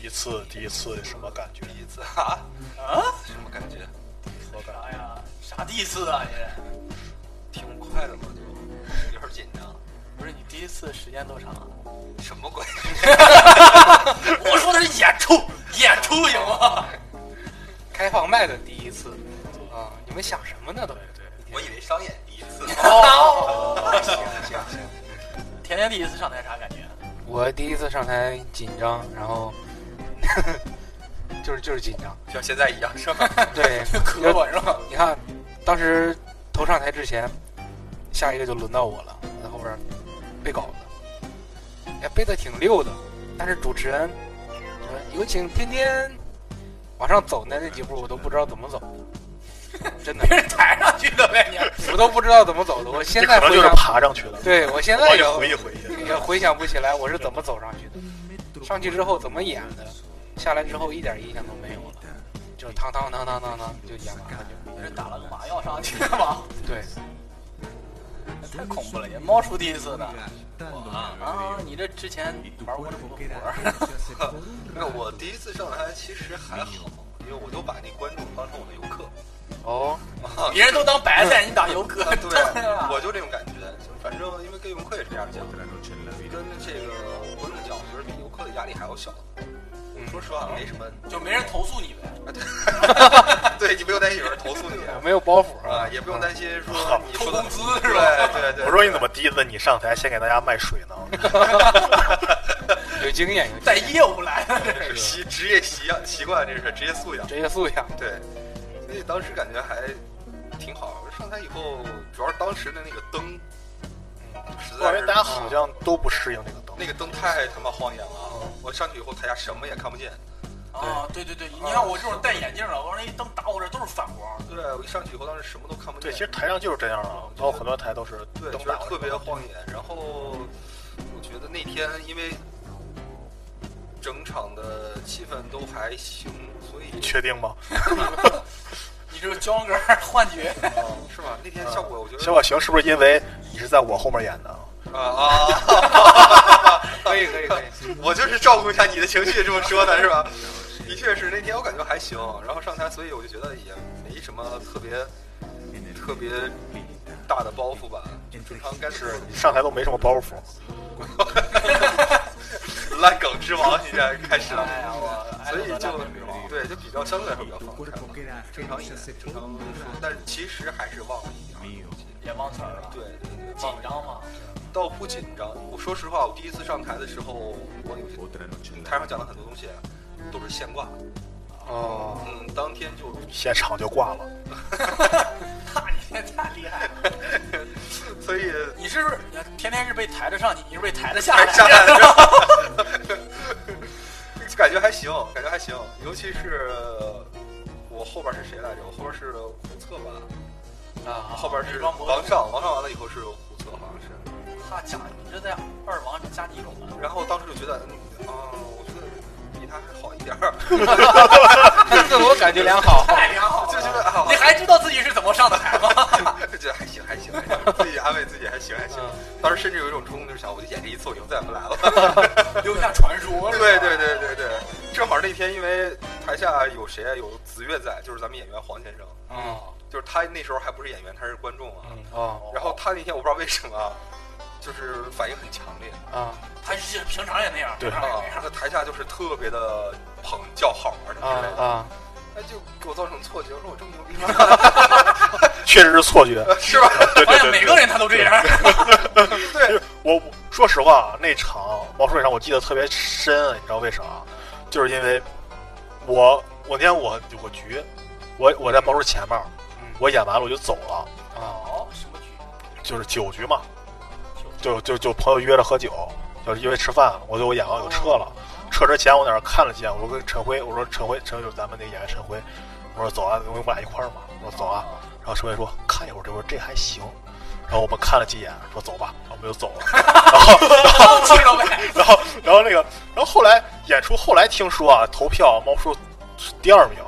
[SPEAKER 4] 第一次第一次什么感觉？
[SPEAKER 3] 第一次啊，
[SPEAKER 1] 啊？
[SPEAKER 3] 什么感觉？
[SPEAKER 1] 啥呀？啥第一次啊？你
[SPEAKER 3] 挺快的嘛，就有点紧张。
[SPEAKER 1] 不是你第一次时间多长啊？
[SPEAKER 3] 什么鬼？
[SPEAKER 1] 我说的是演出，演出行吗？
[SPEAKER 2] 开放麦的第一次啊，你们想什么呢？都对
[SPEAKER 3] 我以为商演第一次。
[SPEAKER 1] 哦，
[SPEAKER 3] 行行行，
[SPEAKER 1] 甜甜第一次上台啥感觉？
[SPEAKER 2] 我第一次上台紧张，然后 就是就是紧张。
[SPEAKER 3] 像现在一样是 吧？
[SPEAKER 2] 对，
[SPEAKER 1] 磕巴是吧？
[SPEAKER 2] 你看，当时头上台之前，下一个就轮到我了，我在后边儿背稿子，哎，背的挺溜的，但是主持人说有请天天往上走的那几步，我都不知道怎么走 的，真的，
[SPEAKER 1] 别人抬上去的呗，你。
[SPEAKER 2] 我都不知道怎么走的。我现
[SPEAKER 4] 你
[SPEAKER 2] 在
[SPEAKER 4] 可 能
[SPEAKER 2] 回
[SPEAKER 4] 就是
[SPEAKER 2] 想，
[SPEAKER 4] 爬上去的。
[SPEAKER 2] 对我现在
[SPEAKER 4] 往里
[SPEAKER 2] 也
[SPEAKER 4] 回忆回忆。
[SPEAKER 2] 也回想不起来我是怎么走上去的，上去之后怎么演的，下来之后一点印象都没有了，就堂堂堂堂堂堂就演完了，
[SPEAKER 1] 别人打了个麻药上去的吧？
[SPEAKER 2] 就对。
[SPEAKER 1] 太恐怖了，也猫叔第一次呢。
[SPEAKER 3] 我啊，
[SPEAKER 1] 啊，你这之前玩过这么多活儿，
[SPEAKER 3] 没有，我第一次上台其实还好，因为我都把那观众当成我的
[SPEAKER 1] 别人都当白菜，你当油哥，
[SPEAKER 3] 啊对
[SPEAKER 1] 当然了
[SPEAKER 3] 我就这种感觉，就反正因为跟游客也是这样讲，跟这个观众讲，我觉得比游客的压力还要小。我说实话，没什么，
[SPEAKER 1] 就没人投诉你呗。
[SPEAKER 3] 对你不用担心有人投诉 你
[SPEAKER 2] 没有包袱
[SPEAKER 3] 啊，也不用担心说你
[SPEAKER 1] 扣
[SPEAKER 3] 说
[SPEAKER 1] 工
[SPEAKER 3] 的
[SPEAKER 1] 资是
[SPEAKER 3] 对
[SPEAKER 1] 吧？
[SPEAKER 3] 对对。
[SPEAKER 4] 我说你怎么低子你上台先给大家卖水呢？
[SPEAKER 2] 有经验，有 经
[SPEAKER 1] 带
[SPEAKER 2] 验
[SPEAKER 1] 业务来 了，
[SPEAKER 3] 这是习职业习养习惯，这是职业素养。
[SPEAKER 2] 职业素养。
[SPEAKER 3] 对，所以当时感觉还挺好。上台以后，主要是当时的那个灯，嗯，实
[SPEAKER 4] 我感
[SPEAKER 3] 在
[SPEAKER 4] 觉
[SPEAKER 3] 是
[SPEAKER 4] 大家好像都不适应这个灯。
[SPEAKER 3] 那个灯太他妈晃眼了。我上去以后，台下什么也看不见。
[SPEAKER 1] 啊，对对对，你像我这种戴眼镜的，往那一灯打我这都是反光。
[SPEAKER 3] 对，我一上去以后，当时什么都看不
[SPEAKER 4] 对，
[SPEAKER 3] 见。
[SPEAKER 4] 其实台上就是这样啊，包括很多台都是
[SPEAKER 3] 对，
[SPEAKER 4] 灯
[SPEAKER 3] 觉
[SPEAKER 4] 打
[SPEAKER 3] 得特别晃眼。然后我觉得那天因为整场的气氛都还行，所以
[SPEAKER 4] 你确定吗？
[SPEAKER 1] 你这个胶原儿 幻觉，
[SPEAKER 3] 是吧？那天啊呃效果我觉
[SPEAKER 4] 小
[SPEAKER 3] 得
[SPEAKER 4] 小行是不是因为你是在我后面演的？
[SPEAKER 3] 啊啊。
[SPEAKER 2] 可以可以可以，
[SPEAKER 3] 我就是照顾一下你的情绪这么说的，是吧？的确是那天我感觉还行，然后上台，所以我就觉得也没什么特别特别大的包袱吧，就正常该是
[SPEAKER 4] 你上台都没什么包袱，
[SPEAKER 3] 烂梗之王，你这开始了，
[SPEAKER 1] 哎呀我，
[SPEAKER 3] 所以
[SPEAKER 1] 哎
[SPEAKER 3] 就
[SPEAKER 1] 我烂梗了
[SPEAKER 3] 对就比较相对来说比较放开吧，正常演，正常说，但是其实还是忘了一点儿，
[SPEAKER 1] 也忘词儿了，
[SPEAKER 3] 对对对，
[SPEAKER 1] 紧
[SPEAKER 3] 忘了一点儿
[SPEAKER 1] 张嘛。
[SPEAKER 3] 倒不紧张。我说实话，我第一次上台的时候，我有些台上讲的很多东西啊都是现挂，
[SPEAKER 2] 哦，
[SPEAKER 3] 嗯，当天就
[SPEAKER 4] 现场就挂了。
[SPEAKER 1] 哈，你这 太厉害了！嗯
[SPEAKER 3] 所以
[SPEAKER 1] 你是不是天天是被抬着上去，你是被抬着下
[SPEAKER 3] 还
[SPEAKER 1] 来？
[SPEAKER 3] 下来了， 感觉还行，感觉还行，尤其是我后边是谁来着？我后边是胡策吧，
[SPEAKER 1] 啊，
[SPEAKER 3] 后边是
[SPEAKER 1] 王
[SPEAKER 3] 王上，王上完了以后是胡策，好像是。
[SPEAKER 1] 他讲你这在二王加几种啊？
[SPEAKER 3] 然后当时就觉得，嗯，啊、我觉得比他还好一点儿，
[SPEAKER 2] 自我感觉良好。
[SPEAKER 1] 太良 好
[SPEAKER 3] 就觉
[SPEAKER 1] 了！
[SPEAKER 3] 得啊，
[SPEAKER 1] 你还知道自己是怎么上的台吗？
[SPEAKER 3] 就 觉得还嗯行，还行，还 行，自己安慰自己还行，还行。当时甚至有一种冲动，就是想，我就演这一次，我以后再也不来了。
[SPEAKER 1] 留下传说是吧
[SPEAKER 3] 对对对对对，正好那天因为台下有谁啊？有子越在，就是咱们演员黄先生，
[SPEAKER 2] 嗯
[SPEAKER 3] 就是他那时候还不是演员，他是观众啊。
[SPEAKER 2] 哦
[SPEAKER 3] 然后他那天我不知道为什么啊，就是反应很强烈
[SPEAKER 2] 啊
[SPEAKER 1] 他是平常也那样，
[SPEAKER 4] 对
[SPEAKER 1] 平常也
[SPEAKER 3] 啊
[SPEAKER 1] 那，样
[SPEAKER 3] 他在台下就是特别的捧叫好啊什
[SPEAKER 2] 啊
[SPEAKER 3] 么之类的，
[SPEAKER 2] 啊！
[SPEAKER 3] 那就给我造成错觉，我说我这么牛逼吗？
[SPEAKER 4] 确实是错觉。
[SPEAKER 3] 是 吧？
[SPEAKER 4] 对
[SPEAKER 1] 发
[SPEAKER 4] 对
[SPEAKER 1] 现
[SPEAKER 4] 对，
[SPEAKER 1] 哎每个人他都这样。
[SPEAKER 3] 对，
[SPEAKER 4] 我我说实话，啊那场毛叔那场我记得特别深，啊你知道为啥？就是因为我我那天我有个局，我我在毛叔前面，我演完了我就走了，
[SPEAKER 1] 哦，什么局？
[SPEAKER 4] 就是酒局嘛，就就就朋友约着喝酒，就是因为吃饭，我就我演完我就撤了。撤之前我在那儿看了几眼，我说跟陈辉，我说陈辉，陈辉就是咱们那个演员陈辉，我说走啊，我们俩一块儿嘛，我说走
[SPEAKER 1] 哦
[SPEAKER 4] 啊。然后陈辉说看一会儿，这会儿这还行。然后我们看了几眼，说走吧，然后我们就走了。然后
[SPEAKER 1] 哦，知道呗。
[SPEAKER 4] 然后，然后那个，然后后来演出，后来听说啊，投票猫叔是第二名。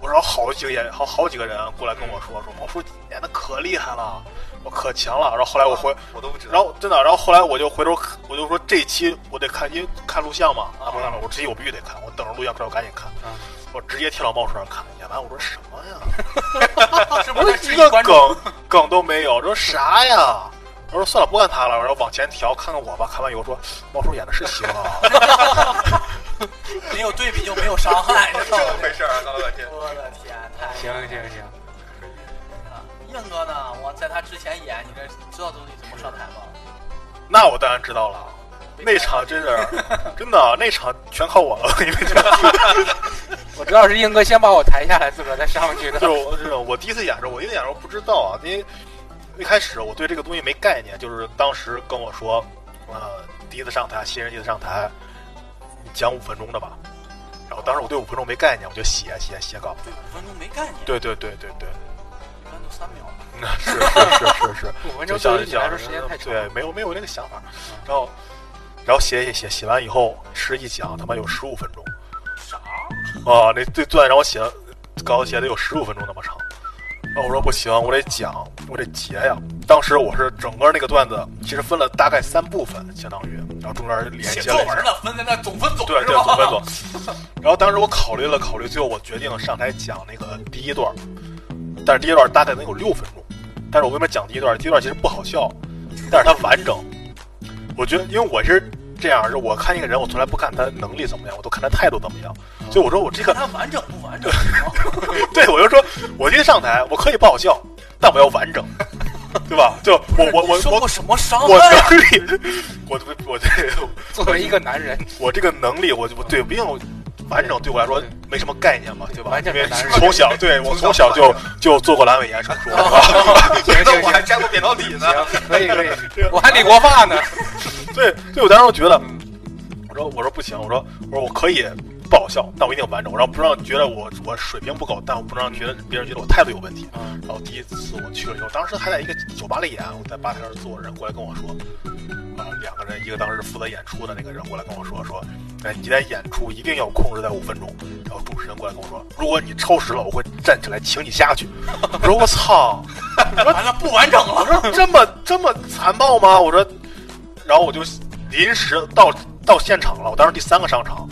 [SPEAKER 4] 我说好几个演，好好几个人过来跟我说，说猫叔演的可厉害了，我可强了。然后后来
[SPEAKER 1] 嗯
[SPEAKER 4] 我回，
[SPEAKER 3] 我都不知道。
[SPEAKER 4] 然后真的，然后后来我就回头，我就说这一期我得看，因为看录像嘛，
[SPEAKER 1] 嗯
[SPEAKER 4] 啊，不看了，我这期我必须得看，我等着录像出来我赶紧看。
[SPEAKER 2] 嗯
[SPEAKER 4] 我直接跳到猫叔那儿看，演完我说什么 呀？
[SPEAKER 1] 是
[SPEAKER 4] 我
[SPEAKER 1] 不
[SPEAKER 4] 说
[SPEAKER 1] 是是
[SPEAKER 4] 一个
[SPEAKER 1] 观众？
[SPEAKER 4] 梗梗都没有，我说啥呀？我说算了，不看他了，然后往前调看看我吧。看完以后说，猫叔演的是行啊。
[SPEAKER 1] 没有对比就没有伤害，知
[SPEAKER 3] 这
[SPEAKER 1] 道
[SPEAKER 3] 么
[SPEAKER 1] 吗
[SPEAKER 3] 回？事儿啊，闹了半 天。
[SPEAKER 1] 我的天，太
[SPEAKER 2] 行行行，
[SPEAKER 1] 啊！硬哥呢？我在他之前演，你这知道自己怎么上台吗？
[SPEAKER 4] 那我当然知道了，那场真是，真的啊那场全靠我了。 我跟你们讲，
[SPEAKER 2] 我知道是硬哥先把我抬下来，自个儿再上去的
[SPEAKER 4] 就是。我这种，我第一次演的时候，我第一次演的时候不知道啊，因为一开始我对这个东西没概念，就是当时跟我说，呃，第一次上台，新人第一次上台，你讲五分钟的吧。然后当时我对五分钟没概念，我就写写写稿。
[SPEAKER 1] 对，五分钟没概念，
[SPEAKER 4] 对对对对 对，
[SPEAKER 1] 一般都三秒。
[SPEAKER 4] 那是是是是是。
[SPEAKER 2] 五分钟
[SPEAKER 4] 就像
[SPEAKER 2] 对于你来说时间太长。
[SPEAKER 4] 对，没有没有那个想法。然后然后写写写写完以后，吃一讲他妈有十五分钟。
[SPEAKER 1] 嗯啥？
[SPEAKER 4] 啊，那这段让我写了稿写的有十五分钟那么长。然后我说不行，我得讲，我得截呀。当时我是整个那个段子，其实分了大概三部分，相当于，然后中间连
[SPEAKER 1] 写
[SPEAKER 4] 接
[SPEAKER 1] 作
[SPEAKER 4] 了一
[SPEAKER 1] 文
[SPEAKER 4] 下。
[SPEAKER 1] 呢，分在那总分总
[SPEAKER 4] 对
[SPEAKER 1] 是
[SPEAKER 4] 对，
[SPEAKER 1] 吧？
[SPEAKER 4] 总分总。然后当时我考虑了考虑，最后我决定上台讲那个第一段儿，但是第一段大概能有六分钟。但是我为什么讲第一段？第一段其实不好笑，但是它完整。我觉得，因为我是这样，是我看一个人，我从来不看他能力怎么样，我都看他态度怎么样。所以我说，我这个
[SPEAKER 1] 看它完整不完整。行吗
[SPEAKER 4] 对，我就说，我今天上台，我可以不好笑，但我要完整，对吧？就我我我
[SPEAKER 1] 你受
[SPEAKER 4] 我
[SPEAKER 1] 过什么伤
[SPEAKER 4] 我
[SPEAKER 1] 害？
[SPEAKER 4] 能力，我我 这
[SPEAKER 2] 作为一个男人，
[SPEAKER 4] 我这个能力，我就我对，因为我完整对我来说没什么概念嘛，对吧？
[SPEAKER 2] 完整
[SPEAKER 4] 因
[SPEAKER 2] 的
[SPEAKER 4] 为
[SPEAKER 2] 男人
[SPEAKER 4] 从小对我从小就就做过阑尾炎手术，
[SPEAKER 2] 行行
[SPEAKER 3] 我还
[SPEAKER 2] 行
[SPEAKER 3] 沾过扁桃体 呢。
[SPEAKER 2] 行，可以可以，
[SPEAKER 4] 对
[SPEAKER 2] 我还理过发呢。
[SPEAKER 4] 对，对我当时我觉得，我说我说不行，我说我说我可以不好笑，但我一定完整，我让不让觉得我我水平不够，但我不能让觉得别人觉得我态度有问题。
[SPEAKER 2] 嗯
[SPEAKER 4] 然后第一次我去了以后，当时还在一个酒吧里演，我在吧台上坐着，人过来跟我说，啊、两个人，一个当时负责演出的那个人过来跟我说，说，哎，你今天演出一定要控制在五分钟。然后主持人过来跟我说，如果你超时了，我会站起来请你下去。我说我操，
[SPEAKER 1] 完了，不完整了。
[SPEAKER 4] 这么这么残暴吗？我说，然后我就临时到到现场了，我当时第三个上场，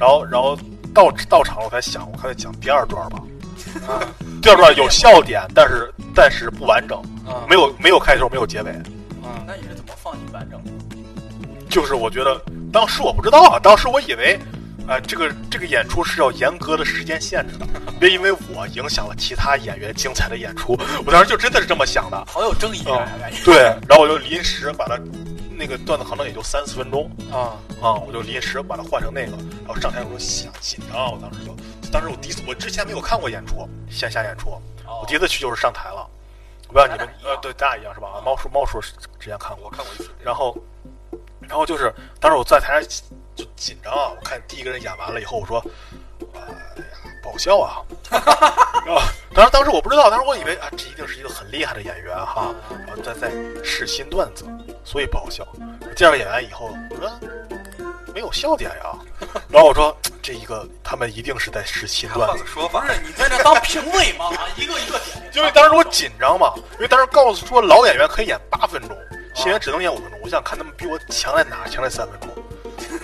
[SPEAKER 4] 然后然后到到场了我才想，我还得讲第二段吧。
[SPEAKER 2] 啊
[SPEAKER 4] 第二段有笑点，但是但是不完整，
[SPEAKER 2] 啊
[SPEAKER 4] 没有没有开头，没有结尾。
[SPEAKER 2] 啊
[SPEAKER 1] 那你是怎么放进完整的？
[SPEAKER 4] 就是我觉得当时我不知道啊，当时我以为，呃，这个这个演出是要严格的时间限制的，别因为我影响了其他演员精彩的演出。我当时就真的是这么想的。
[SPEAKER 1] 好有正义感啊，感觉。
[SPEAKER 4] 对，然后我就临时把它那个段子可能也就三四分钟
[SPEAKER 2] 啊！
[SPEAKER 4] 啊、我就临时把它换成那个，然后上台我说想紧张，我当时就，当时我第一次我之前没有看过演出，线下演出，我
[SPEAKER 1] 哦
[SPEAKER 4] 第一次去就是上台了，我不知道你
[SPEAKER 1] 咱
[SPEAKER 4] 们
[SPEAKER 1] 俩一样
[SPEAKER 4] 呃对咱俩一样是吧？啊猫叔猫叔是之前看过
[SPEAKER 3] 我，看过一次，
[SPEAKER 4] 然后，然后就是当时我在台上就紧张啊，我看第一个人演完了以后，我说，哎呀，不好笑啊。 然后，当时当时我不知道，当时我以为啊，这一定是一个很厉害的演员哈，
[SPEAKER 1] 啊
[SPEAKER 4] 然后在在试新段子，所以不好笑。第二个演员以后，我说没有笑点呀、然后我说这一个他们一定是在试新段
[SPEAKER 3] 换
[SPEAKER 4] 子
[SPEAKER 3] 个，说
[SPEAKER 1] 不
[SPEAKER 3] 法，
[SPEAKER 1] 是你在这当评委吗？啊一个一个 点。哦
[SPEAKER 4] 因为当时我紧张嘛，因为当时告诉说老演员可以演八分钟，新人只能演五分钟，我想看他们比我强在哪，强在三分钟。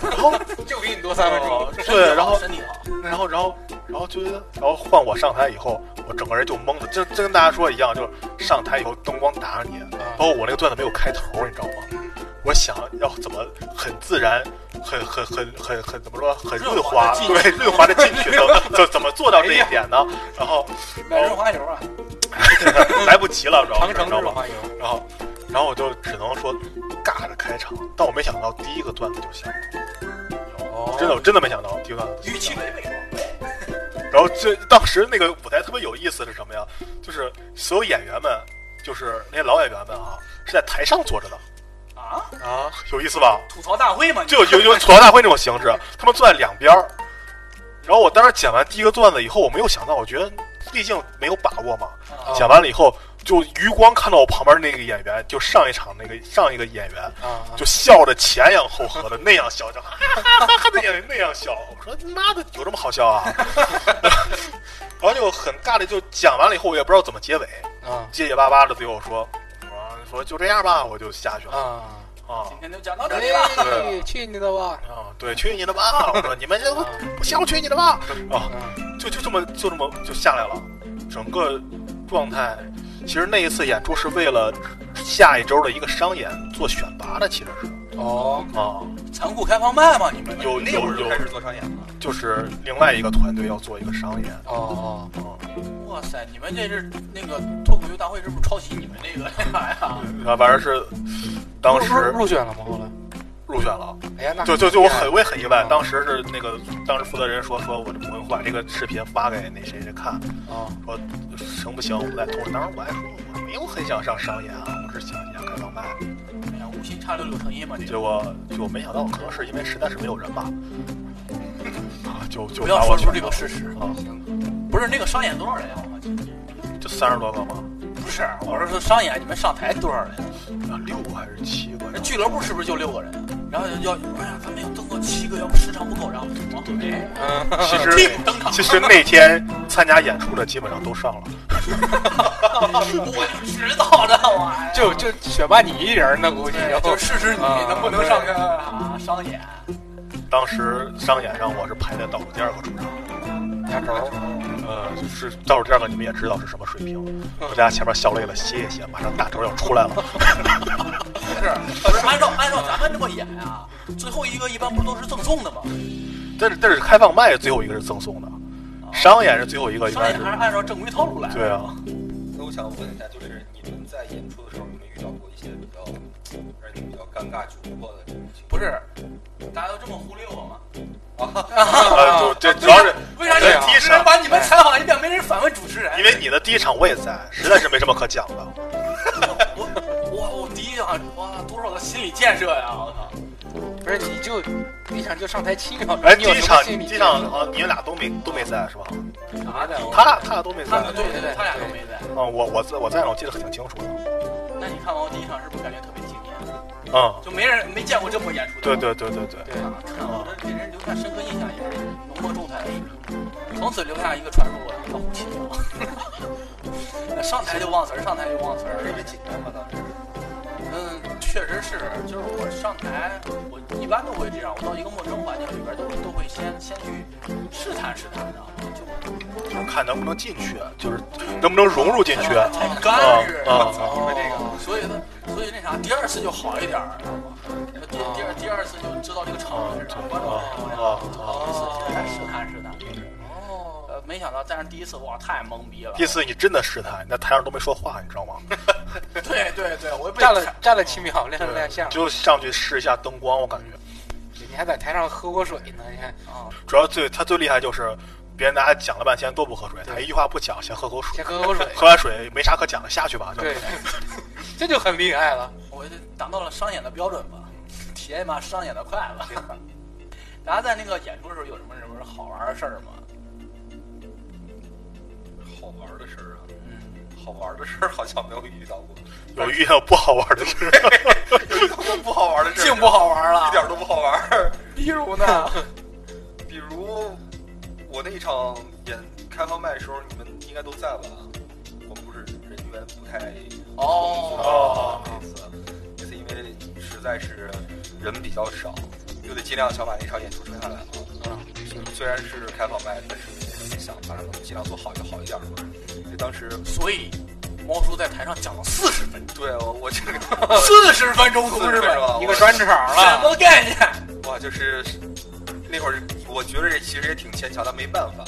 [SPEAKER 4] 然后
[SPEAKER 2] 就比你多三分钟
[SPEAKER 1] 哦，身体好
[SPEAKER 4] 对然后
[SPEAKER 1] 身体好，
[SPEAKER 4] 然后，然后，然后就是，然后换我上台以后，我整个人就懵了，真真跟大家说一样，就是上台以后灯光打上你，包括我那个段子没有开头，你知道吗？我想要怎么很自然，很很很很很怎么说，很润滑，
[SPEAKER 1] 润滑地进
[SPEAKER 4] 对，润滑的进去，哎怎么 怎怎么做到这一点呢？然后，
[SPEAKER 1] 买
[SPEAKER 4] 然
[SPEAKER 1] 润
[SPEAKER 4] 后
[SPEAKER 1] 滑油啊！
[SPEAKER 4] 来不及了，主要
[SPEAKER 2] 长
[SPEAKER 4] 是
[SPEAKER 2] 城
[SPEAKER 4] 你知道
[SPEAKER 2] 之
[SPEAKER 4] 吗？
[SPEAKER 2] 花园。
[SPEAKER 4] 然后，然后我就只能说尬着开场，但我没想到第一个段子就行，
[SPEAKER 2] 哦
[SPEAKER 4] 真的，我真的没想到第一个段子就行
[SPEAKER 1] 预期违背吗？
[SPEAKER 4] 然后这当时那个舞台特别有意思是什么呀？就是所有演员们，就是那些老演员们啊，是在台上坐着的，
[SPEAKER 1] 啊，
[SPEAKER 2] 啊，
[SPEAKER 4] 有意思吧？
[SPEAKER 1] 吐槽大会吗？
[SPEAKER 4] 就有有吐槽大会那种形式，他们坐在两边儿。然后我当时讲完第一个段子以后，我没有想到，我觉得毕竟没有把握嘛。
[SPEAKER 1] 啊
[SPEAKER 4] 讲完了以后，就余光看到我旁边那个演员，就上一场那个上一个演员，
[SPEAKER 2] 啊，
[SPEAKER 4] 就笑着前仰后合的那样笑，就哈哈哈哈的也 那样笑。我说妈的，有这么好笑啊？ 然后就很尬的就讲完了以后，我也不知道怎么结尾，
[SPEAKER 2] 啊
[SPEAKER 4] 结结巴巴的对我说，我说就这样吧，我就下去了
[SPEAKER 2] 啊！
[SPEAKER 4] 啊
[SPEAKER 1] 今天就讲到这里了。
[SPEAKER 2] 哎，去你的吧！
[SPEAKER 4] 啊，对，去你的吧！我说你们这不
[SPEAKER 2] 啊
[SPEAKER 4] 不行，我去你的吧！啊，
[SPEAKER 2] 啊
[SPEAKER 4] 就就这么就这么就下来了，整个状态。其实那一次演出是为了下一周的一个商演做选拔的，其实是
[SPEAKER 2] 哦，
[SPEAKER 4] 啊，
[SPEAKER 1] 残酷开放麦吗？你们
[SPEAKER 4] 有
[SPEAKER 3] 那会
[SPEAKER 4] 有
[SPEAKER 3] 儿就
[SPEAKER 4] 有
[SPEAKER 3] 开始做商演了。
[SPEAKER 4] 就是另外一个团队要做一个商演，
[SPEAKER 2] 哦
[SPEAKER 4] 嗯，
[SPEAKER 1] 哇塞，你们这是那个脱口秀大会，是不是抄袭你们那个 啥呀？哎
[SPEAKER 4] 然后反正是当时
[SPEAKER 2] 入入选了吗？后来，
[SPEAKER 4] 入选了，
[SPEAKER 2] 哦哎呀，那
[SPEAKER 4] 就就就我很我也很意外
[SPEAKER 2] 嗯，
[SPEAKER 4] 当时是那个当时负责人说说我我我把这个视频发给那谁谁看，
[SPEAKER 2] 啊
[SPEAKER 4] 说行不行？我们再通知。当时我还说我没有很想上商演啊，我只是想演开放麦。
[SPEAKER 1] 哎呀，无心插柳柳成荫嘛，这
[SPEAKER 4] 结
[SPEAKER 1] 个
[SPEAKER 4] 果就没想到，可能是因为实在是没有人吧， 啊，就
[SPEAKER 1] 不
[SPEAKER 4] 就把
[SPEAKER 1] 要
[SPEAKER 4] 我
[SPEAKER 1] 说出
[SPEAKER 4] 选
[SPEAKER 1] 这
[SPEAKER 4] 到
[SPEAKER 1] 个事实。
[SPEAKER 2] 哦
[SPEAKER 4] 啊，
[SPEAKER 1] 不是那个商演多少人啊？我记得
[SPEAKER 4] 就三十多个嘛，
[SPEAKER 1] 不是，我是说商演，你们上台多少人？
[SPEAKER 4] 啊，六个还是七个？
[SPEAKER 1] 那俱乐部是不是就六个人？然后要，哎呀，咱们要增到七个，要不时长不够，然后往后哎，
[SPEAKER 2] 嗯，
[SPEAKER 4] 其
[SPEAKER 1] 替
[SPEAKER 4] 实
[SPEAKER 1] 补登场。
[SPEAKER 4] 其实那天参加演出的基本上都上了。
[SPEAKER 1] 我就知道的，我哎呀
[SPEAKER 2] 就就选拔你一人呢，估计
[SPEAKER 1] 对就试试你
[SPEAKER 2] 啊
[SPEAKER 1] 能不能上个啊商演。
[SPEAKER 4] 当时商演上我是排在倒数第二个出场，
[SPEAKER 2] 压轴儿，
[SPEAKER 4] 呃，就是倒数第二个你们也知道是什么水平，大家前面笑累了歇一歇，马上大招要出来了。
[SPEAKER 1] 不是按照按照咱们这么演啊，最后一个一般不都是赠送的吗？
[SPEAKER 4] 但是但是开放麦最后一个是赠送的，商演是最后一个应
[SPEAKER 1] 商
[SPEAKER 4] 该
[SPEAKER 1] 演
[SPEAKER 4] 是
[SPEAKER 1] 还是按照正规套路来。
[SPEAKER 4] 对啊，
[SPEAKER 3] 那我想问一下，就是你们在演出的时候，有没有遇到过一些比较让你们比较尴尬、窘迫的这种情
[SPEAKER 1] 不是，大家都这么忽略我吗？
[SPEAKER 3] 况？啊，
[SPEAKER 4] 呃，就这主要是
[SPEAKER 1] 为啥
[SPEAKER 4] 对
[SPEAKER 1] 有
[SPEAKER 4] 啊
[SPEAKER 1] 主持人把你们采访一遍，没人反问主持人？
[SPEAKER 4] 因为你的第一场我也在，实在是没什么可讲的。
[SPEAKER 1] 我我我第一场哇，多少个心理建设呀！我操，
[SPEAKER 2] 不是你就第一场就上台七秒钟，
[SPEAKER 4] 哎，
[SPEAKER 2] 你
[SPEAKER 4] 第
[SPEAKER 2] 有
[SPEAKER 4] 一
[SPEAKER 2] 什么
[SPEAKER 4] 场
[SPEAKER 2] 心理
[SPEAKER 4] 第一
[SPEAKER 2] 建
[SPEAKER 4] 场
[SPEAKER 2] 设
[SPEAKER 4] 啊，你们俩都没都没在是吧？
[SPEAKER 1] 啥的？
[SPEAKER 4] 他俩他俩都没
[SPEAKER 1] 哦
[SPEAKER 4] 在
[SPEAKER 1] 他
[SPEAKER 4] 啊
[SPEAKER 1] 们，对对对，他俩都没在。
[SPEAKER 4] 我我在我在呢，我记得很挺清楚的。
[SPEAKER 1] 那你看完我第一场是不是感觉特别惊艳？
[SPEAKER 4] 嗯，
[SPEAKER 1] 就没人没见过这么演出的。
[SPEAKER 4] 对对对对对，
[SPEAKER 2] 对，
[SPEAKER 1] 看我这给人留下深刻印象也是浓墨重彩，从此留下一个传说，叫虎七 牛。上台就忘词儿，上台就忘词儿。
[SPEAKER 3] 因为紧张嘛，当时。
[SPEAKER 1] 嗯，确实是，就是我上台，我一般都会这样。我到一个陌生环境里边，都都会先先去试探试探，然后就
[SPEAKER 4] 就是看能不能进去，就是能不能融入进去。
[SPEAKER 1] 啊才干是。
[SPEAKER 4] 啊啊
[SPEAKER 1] 操你们这个，所以呢，所以那啥，第二次就好一点儿，知道吗？第第二第二次就知道这个场是啥，观众是什么样，就到第四次才试探试探。
[SPEAKER 2] 哦，
[SPEAKER 1] 呃，没想到，但是第一次哇，太懵逼了。
[SPEAKER 4] 第四你真的试探，那台上都没说话，你知道 吗？
[SPEAKER 1] 对对对，我被
[SPEAKER 2] 站了站了七秒，亮亮相，
[SPEAKER 4] 就上去试一下灯光，我感觉。
[SPEAKER 2] 你还在台上喝过水呢，你看，
[SPEAKER 1] 啊，
[SPEAKER 4] 主要最他最厉害就是，别人大家讲了半天都不喝水，他一句话不讲，先喝口水
[SPEAKER 2] 先，喝口水，
[SPEAKER 4] 喝完水没啥可讲的，下去吧。就
[SPEAKER 2] 对， 这就很厉害了。
[SPEAKER 1] 我就达到了商演的标准吧， 体验一把商演的快乐。 大家在那个演出的时候有什么什么好玩的事儿吗？
[SPEAKER 3] 好玩的事儿啊，
[SPEAKER 1] 嗯，
[SPEAKER 3] 好玩的事儿好像没有遇到过，
[SPEAKER 4] 有遇到不好玩的 事，
[SPEAKER 3] 有遇到过 不好玩的事儿，
[SPEAKER 1] 净不好玩
[SPEAKER 3] 一
[SPEAKER 1] 了。
[SPEAKER 3] 点都不好玩儿。
[SPEAKER 1] 比如呢？
[SPEAKER 3] 比如我那一场演开放麦的时候，你们应该都在吧？我们不是人员不太
[SPEAKER 1] 哦
[SPEAKER 3] 那次那次因为实在是人比较少，又得尽量想把那场演出撑下来嘛。虽然是开放麦，但是想反正能尽量做好就好一点嘛。所以当时
[SPEAKER 1] 所以，猫叔在台上讲了四十分
[SPEAKER 3] 对我我这个
[SPEAKER 1] 钟，四十分钟，啊同
[SPEAKER 3] 同
[SPEAKER 1] 志
[SPEAKER 3] 志
[SPEAKER 1] 们
[SPEAKER 3] 们，
[SPEAKER 2] 一个专场
[SPEAKER 1] 什
[SPEAKER 2] 了，
[SPEAKER 1] 么概念？
[SPEAKER 3] 哇，就是那会儿，我觉得这其实也挺牵强，但没办法。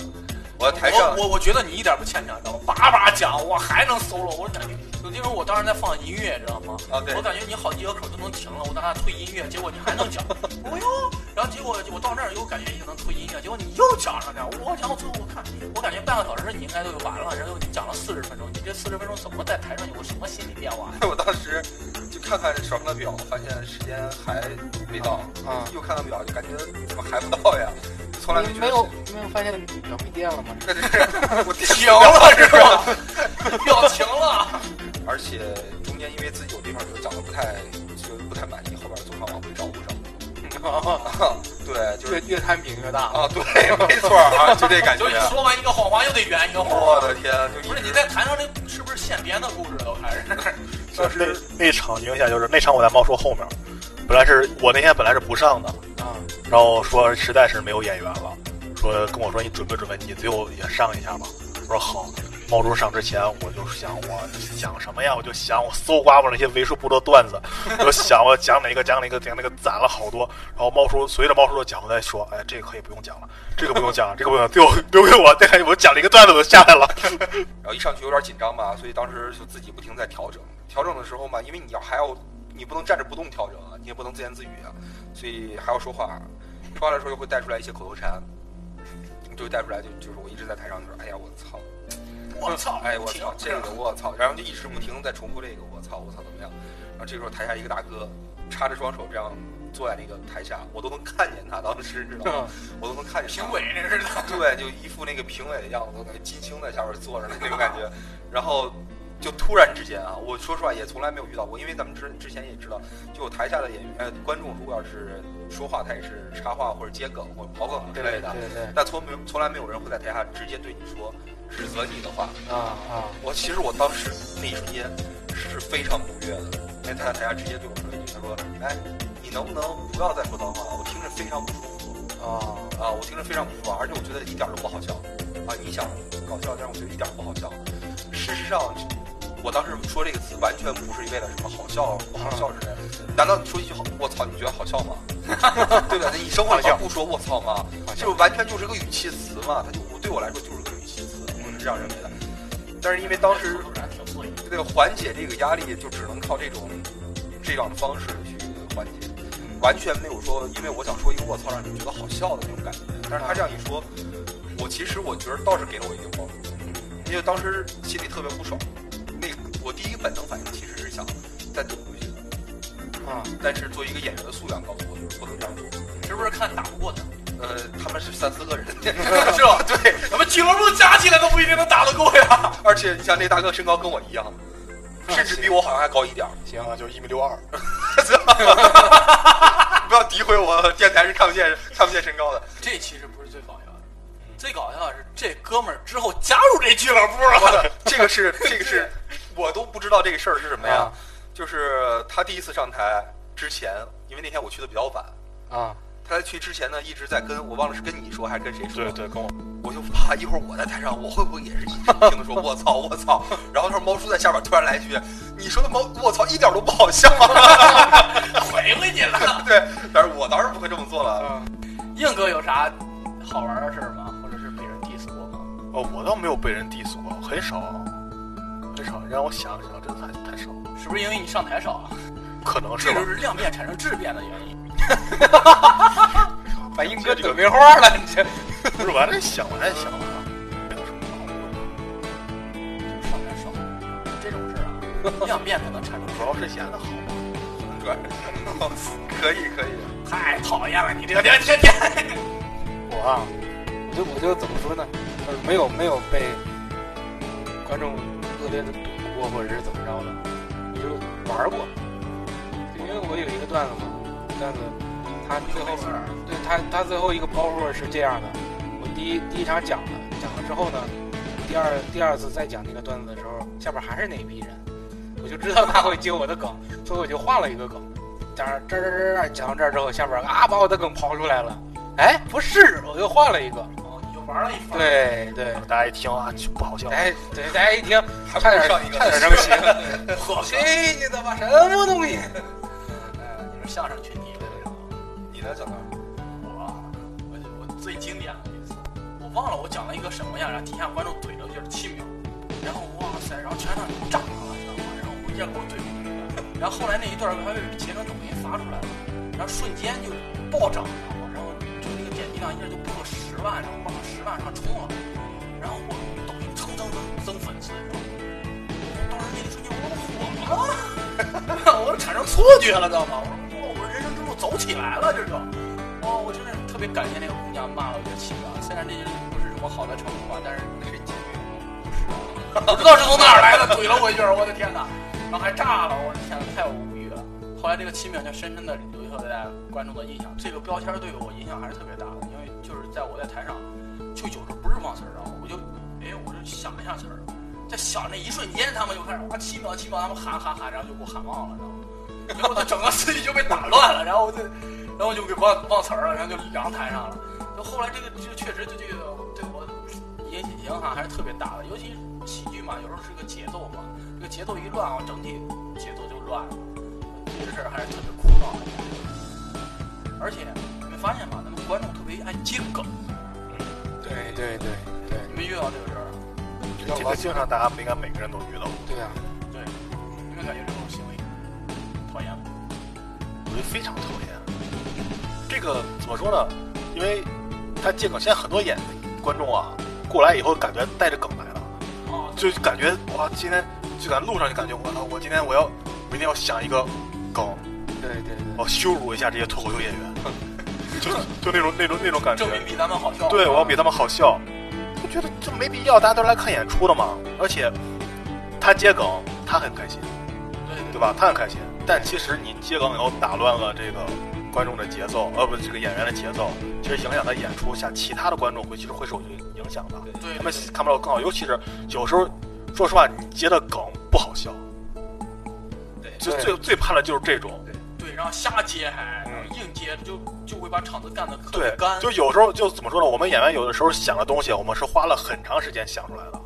[SPEAKER 3] 我呃在台上
[SPEAKER 1] 我我我觉得你一点不欠强，你知道吗？叭叭讲，我还能 solo，我感觉，因为我当时在放音乐，知道吗？
[SPEAKER 3] 啊对
[SPEAKER 1] 我感觉你好几个口就能停了，我当时退音乐，结果你还能讲，我哟，然后结果我到那儿又感觉已经能退音乐，结果你又讲上点，我讲我最后我看，我感觉半个小时你应该就完了，然后你讲了四十分钟，你这四十分钟怎么在台上有个什么心理变化呀？
[SPEAKER 3] 我当时就看看手上的表，发现时间还没到，
[SPEAKER 2] 啊
[SPEAKER 3] 又看看表，就感觉怎么还不到呀？就从来没
[SPEAKER 2] 你
[SPEAKER 3] 觉
[SPEAKER 2] 没
[SPEAKER 3] 得
[SPEAKER 2] 有
[SPEAKER 3] 是，
[SPEAKER 2] 没有发现表没电了吗？
[SPEAKER 3] 那就是我
[SPEAKER 1] 停了 是吧？ 要停了，
[SPEAKER 3] 而且中间因为自己有地方就讲的不太就不太满意，后边总想往回找补上。对，就是
[SPEAKER 2] 越越摊饼越大，
[SPEAKER 3] 啊，对，没错儿啊，就这感觉
[SPEAKER 1] 就。你说完一个谎话又得圆一个谎
[SPEAKER 3] 我
[SPEAKER 1] 话。
[SPEAKER 3] 的天，就
[SPEAKER 1] 不是
[SPEAKER 3] 一直
[SPEAKER 1] 你在台上这是不是现编的故事都还是？
[SPEAKER 2] 啊
[SPEAKER 4] 那那场影响就是那场我在猫叔后面，本来是我那天本来是不上的，
[SPEAKER 2] 啊，
[SPEAKER 4] 然后说实在是没有演员了，说跟我说你准备准备，你最后也上一下吧。我说好。猫叔上之前，我就想我想什么呀？我就想我搜刮我那些为数不多段子，我就想我讲哪个讲哪个讲哪个攒了好多。然后猫叔随着猫叔的讲，我在说，哎，这个可以不用讲了，这个不用讲了，这个不用讲了，最后留给我。这个我讲了一个段子，我就下来了。
[SPEAKER 3] 然后一上去有点紧张嘛，所以当时就自己不停在调整。调整的时候嘛，因为你要还要，你不能站着不动调整啊，你也不能自言自语啊，所以还要说话。说话的时候又会带出来一些口头禅，就会带出来就就是我一直在台上就是哎呀我操，
[SPEAKER 1] 我操！
[SPEAKER 3] 哎我
[SPEAKER 1] 停
[SPEAKER 3] 操这个我操，然后就一直不停地在重复这个我操我操怎么样。然后这时候台下一个大哥插着双手这样坐在那个台下，我都能看见他当时知道吗？我都能看见他
[SPEAKER 1] 评委这 是的。
[SPEAKER 3] 对，就一副那个评委的样子，我感觉金星在下边坐着的那种感觉。然后就突然之间啊，我说实话也从来没有遇到过，因为咱们之之前也知道，就台下的演员呃观众如果要是说话，他也是插话或者接梗或者跑梗之类的。
[SPEAKER 2] 对对
[SPEAKER 3] 但从没有从来没有人会在台下直接对你说指责你的话。
[SPEAKER 2] 啊啊，
[SPEAKER 3] 我其实我当时那一瞬间是非常不悦的，因为他在台下直接对我说一句，他说：“哎，你能不能不要再说脏话了？我听着非常不舒服。”
[SPEAKER 2] 哦，
[SPEAKER 3] 啊，我听着非常不爽，而且我觉得一点儿都不好笑。啊，你想搞笑，但是我觉得一点儿不好笑。事实上，我当时说这个词完全不是为了什么好笑啊不好笑之类的。难道你说一句好“我操”，你觉得好笑吗？对吧？那你生活里
[SPEAKER 2] 好笑
[SPEAKER 3] 面不说“我操”吗？就是完全就是个语气词嘛，它就对我来说就是个语气词，我是这样认为的。但是因为当时这个缓解这个压力，就只能靠这种这样的方式去缓解，完全没有说，因为我想说一个我操让你们觉得好笑的那种感觉。但是他这样一说，我其实我觉得倒是给了我一定帮助，因为当时心里特别不爽。那个我第一个本能反应其实是想再怼回去的，
[SPEAKER 2] 啊，
[SPEAKER 3] 但是作为一个演员的素养告诉我，就是不能这样做。
[SPEAKER 1] 是不是看打不过他？
[SPEAKER 3] 呃，他们是三四 个人，
[SPEAKER 1] 是吧？对，咱们俱乐部加起来都不一定能打得过呀。
[SPEAKER 3] 而且你像那大哥身高跟我一样，甚至比我好像还高一点儿。
[SPEAKER 2] 行，
[SPEAKER 4] 啊，就一米六二，
[SPEAKER 3] 不要诋毁我，电台是看不见看不见身高的。
[SPEAKER 1] 这其实不是最搞笑的，最搞笑的是这哥们儿之后加入这俱乐部了。
[SPEAKER 3] 这个是这个是，我都不知道这个事儿是什么呀。
[SPEAKER 2] 啊
[SPEAKER 3] 就是他第一次上台之前，因为那天我去的比较晚，
[SPEAKER 2] 啊，
[SPEAKER 3] 他在去之前呢一直在跟我忘了是跟你说还是跟谁说，
[SPEAKER 4] 对对，跟我
[SPEAKER 3] 我就怕一会儿我在台上我会不会也是一直不停的说我操我操，然后他说猫叔在下边突然来一句，你说的猫我操一点都不好 笑，
[SPEAKER 1] 回回去了。
[SPEAKER 3] 对，但是我当然不会这么做
[SPEAKER 2] 嗯
[SPEAKER 3] 了。
[SPEAKER 1] 硬哥有啥好玩的事儿吗？或者是被人 diss 过吗？
[SPEAKER 4] 哦，我倒没有被人 diss 过，很少，很少。让我想一想，真的太太少了，
[SPEAKER 1] 是不是因为你上台少啊？
[SPEAKER 4] 可能是
[SPEAKER 1] 这
[SPEAKER 4] 吧
[SPEAKER 1] 就。是量变产生质变的原因。
[SPEAKER 2] 把硬哥怼没话了，你这
[SPEAKER 4] 不是，我还在想，我还在想啊，没有什么好
[SPEAKER 1] 上台少，这种事儿 啊，量变才能产生。
[SPEAKER 4] 主要是演的好。
[SPEAKER 2] 嗯
[SPEAKER 3] 可以可以，
[SPEAKER 1] 太讨厌了，你这个天天天。
[SPEAKER 2] 我啊，我就我就怎么说呢，呃没有没有被观众恶劣的怼过，或者是怎么着的，我就玩儿过，因为我有一个段子嘛，段子他最后对他他最后一个包袱是这样的，我第一第一场讲了，讲了之后呢，第二第二次再讲这个段子的时候，下边还是那一批人，我就知道他会接我的梗，所以我就换了一个梗，讲这这这这讲到这儿之后，下边啊把我的梗刨出来了，哎不是，我又换了一个，
[SPEAKER 1] 哦，你就玩了一番。，
[SPEAKER 2] 对对，
[SPEAKER 4] 大家一听啊，就不好笑。
[SPEAKER 2] 哎对，大家一听差点
[SPEAKER 3] 还不如上一个
[SPEAKER 2] 差点生 气，
[SPEAKER 1] 呵，
[SPEAKER 2] 这你他妈什么东西？
[SPEAKER 1] 哎你是相声群体的人。
[SPEAKER 3] 你呢，小唐？
[SPEAKER 1] 我我我最经典的一次，我忘了我讲了一个什么呀，然后底下观众怼了就是七秒，然后哇塞，然后全场就炸了，你知道吗？然后我一下给我怼回去了，然后后来那一段儿还被截成抖音发出来了，然后瞬间就暴涨，你知道吗？然后就那个点击量一下就破了十万，然后往十万上冲了，然后我抖音蹭蹭蹭增粉丝，你知道吗？我当时那一瞬间我说我火了。我产生错觉了，知道吗？我说哇，我人生之路走起来了，这种。哦，我真的特别感谢那个姑娘骂了我一个气啊！虽然这不是什么好的成功吧，但是那是机遇，不是啊，不知道是从哪儿来的，怼了我一句儿，我的天哪！然后还炸了，我的天哪，太无语了。后来这个七秒就深深的留下了在观众的印象，这个标签对我影响还是特别大的，因为就是在我在台上就有时候不是忘词儿啊，我就哎，我就想一下词儿，在想那一瞬间，他们就开始啊哇七秒七秒，他们喊喊喊，然后就给我喊忘了，然后，然后我的整个思绪就被打乱了，然后我就，然后我就给忘忘词儿啊了，然后就凉台上了。就后来这个就确实就这个对我影影响还是特别大的，尤其喜剧嘛，有时候是个节奏嘛，这个节奏一乱啊，整体节奏就乱了，这个事儿还是特别枯燥的。而且你们发现吗？咱们观众特别爱接梗，
[SPEAKER 2] 对对对
[SPEAKER 1] 你们遇到这个事儿啊，
[SPEAKER 4] 这个经常大家应该每个人都遇到。
[SPEAKER 2] 对啊，
[SPEAKER 1] 对，你们感觉这种行为讨厌吗？
[SPEAKER 4] 我就非常讨厌。啊这个怎么说呢？因为他借梗，现在很多演观众啊过来以后，感觉带着梗来了，
[SPEAKER 1] 哦，
[SPEAKER 4] 就感觉哇，今天就在路上就感觉我操，我今天我要我一定要想一个梗，
[SPEAKER 2] 对对对。
[SPEAKER 4] 我要羞辱一下这些脱口秀演员， 就就那种那种那种感觉
[SPEAKER 1] 证。明比咱们好笑。
[SPEAKER 4] 对，我要比他们好笑。我觉得这没必要，大家都来看演出的嘛。而且他接梗，他很开心。
[SPEAKER 1] 对
[SPEAKER 4] 对？吧？他很开心，但其实你接梗以后打乱了这个观众的节奏，呃，不，这个演员的节奏，其实影响他演出下其他的观众会其实会受影响的，
[SPEAKER 1] 对，
[SPEAKER 4] 他们看不到更好，尤其是有时候，说实话，你接的梗不好笑，
[SPEAKER 3] 对
[SPEAKER 4] 就
[SPEAKER 2] 对
[SPEAKER 4] 最最怕的就是这种，
[SPEAKER 1] 对，然后瞎接还
[SPEAKER 4] 嗯
[SPEAKER 1] 硬接就就就会把场子干得很
[SPEAKER 4] 对
[SPEAKER 1] 干，，
[SPEAKER 4] 就有时候就怎么说呢？我们演员有的时候想的东西，我们是花了很长时间想出来的。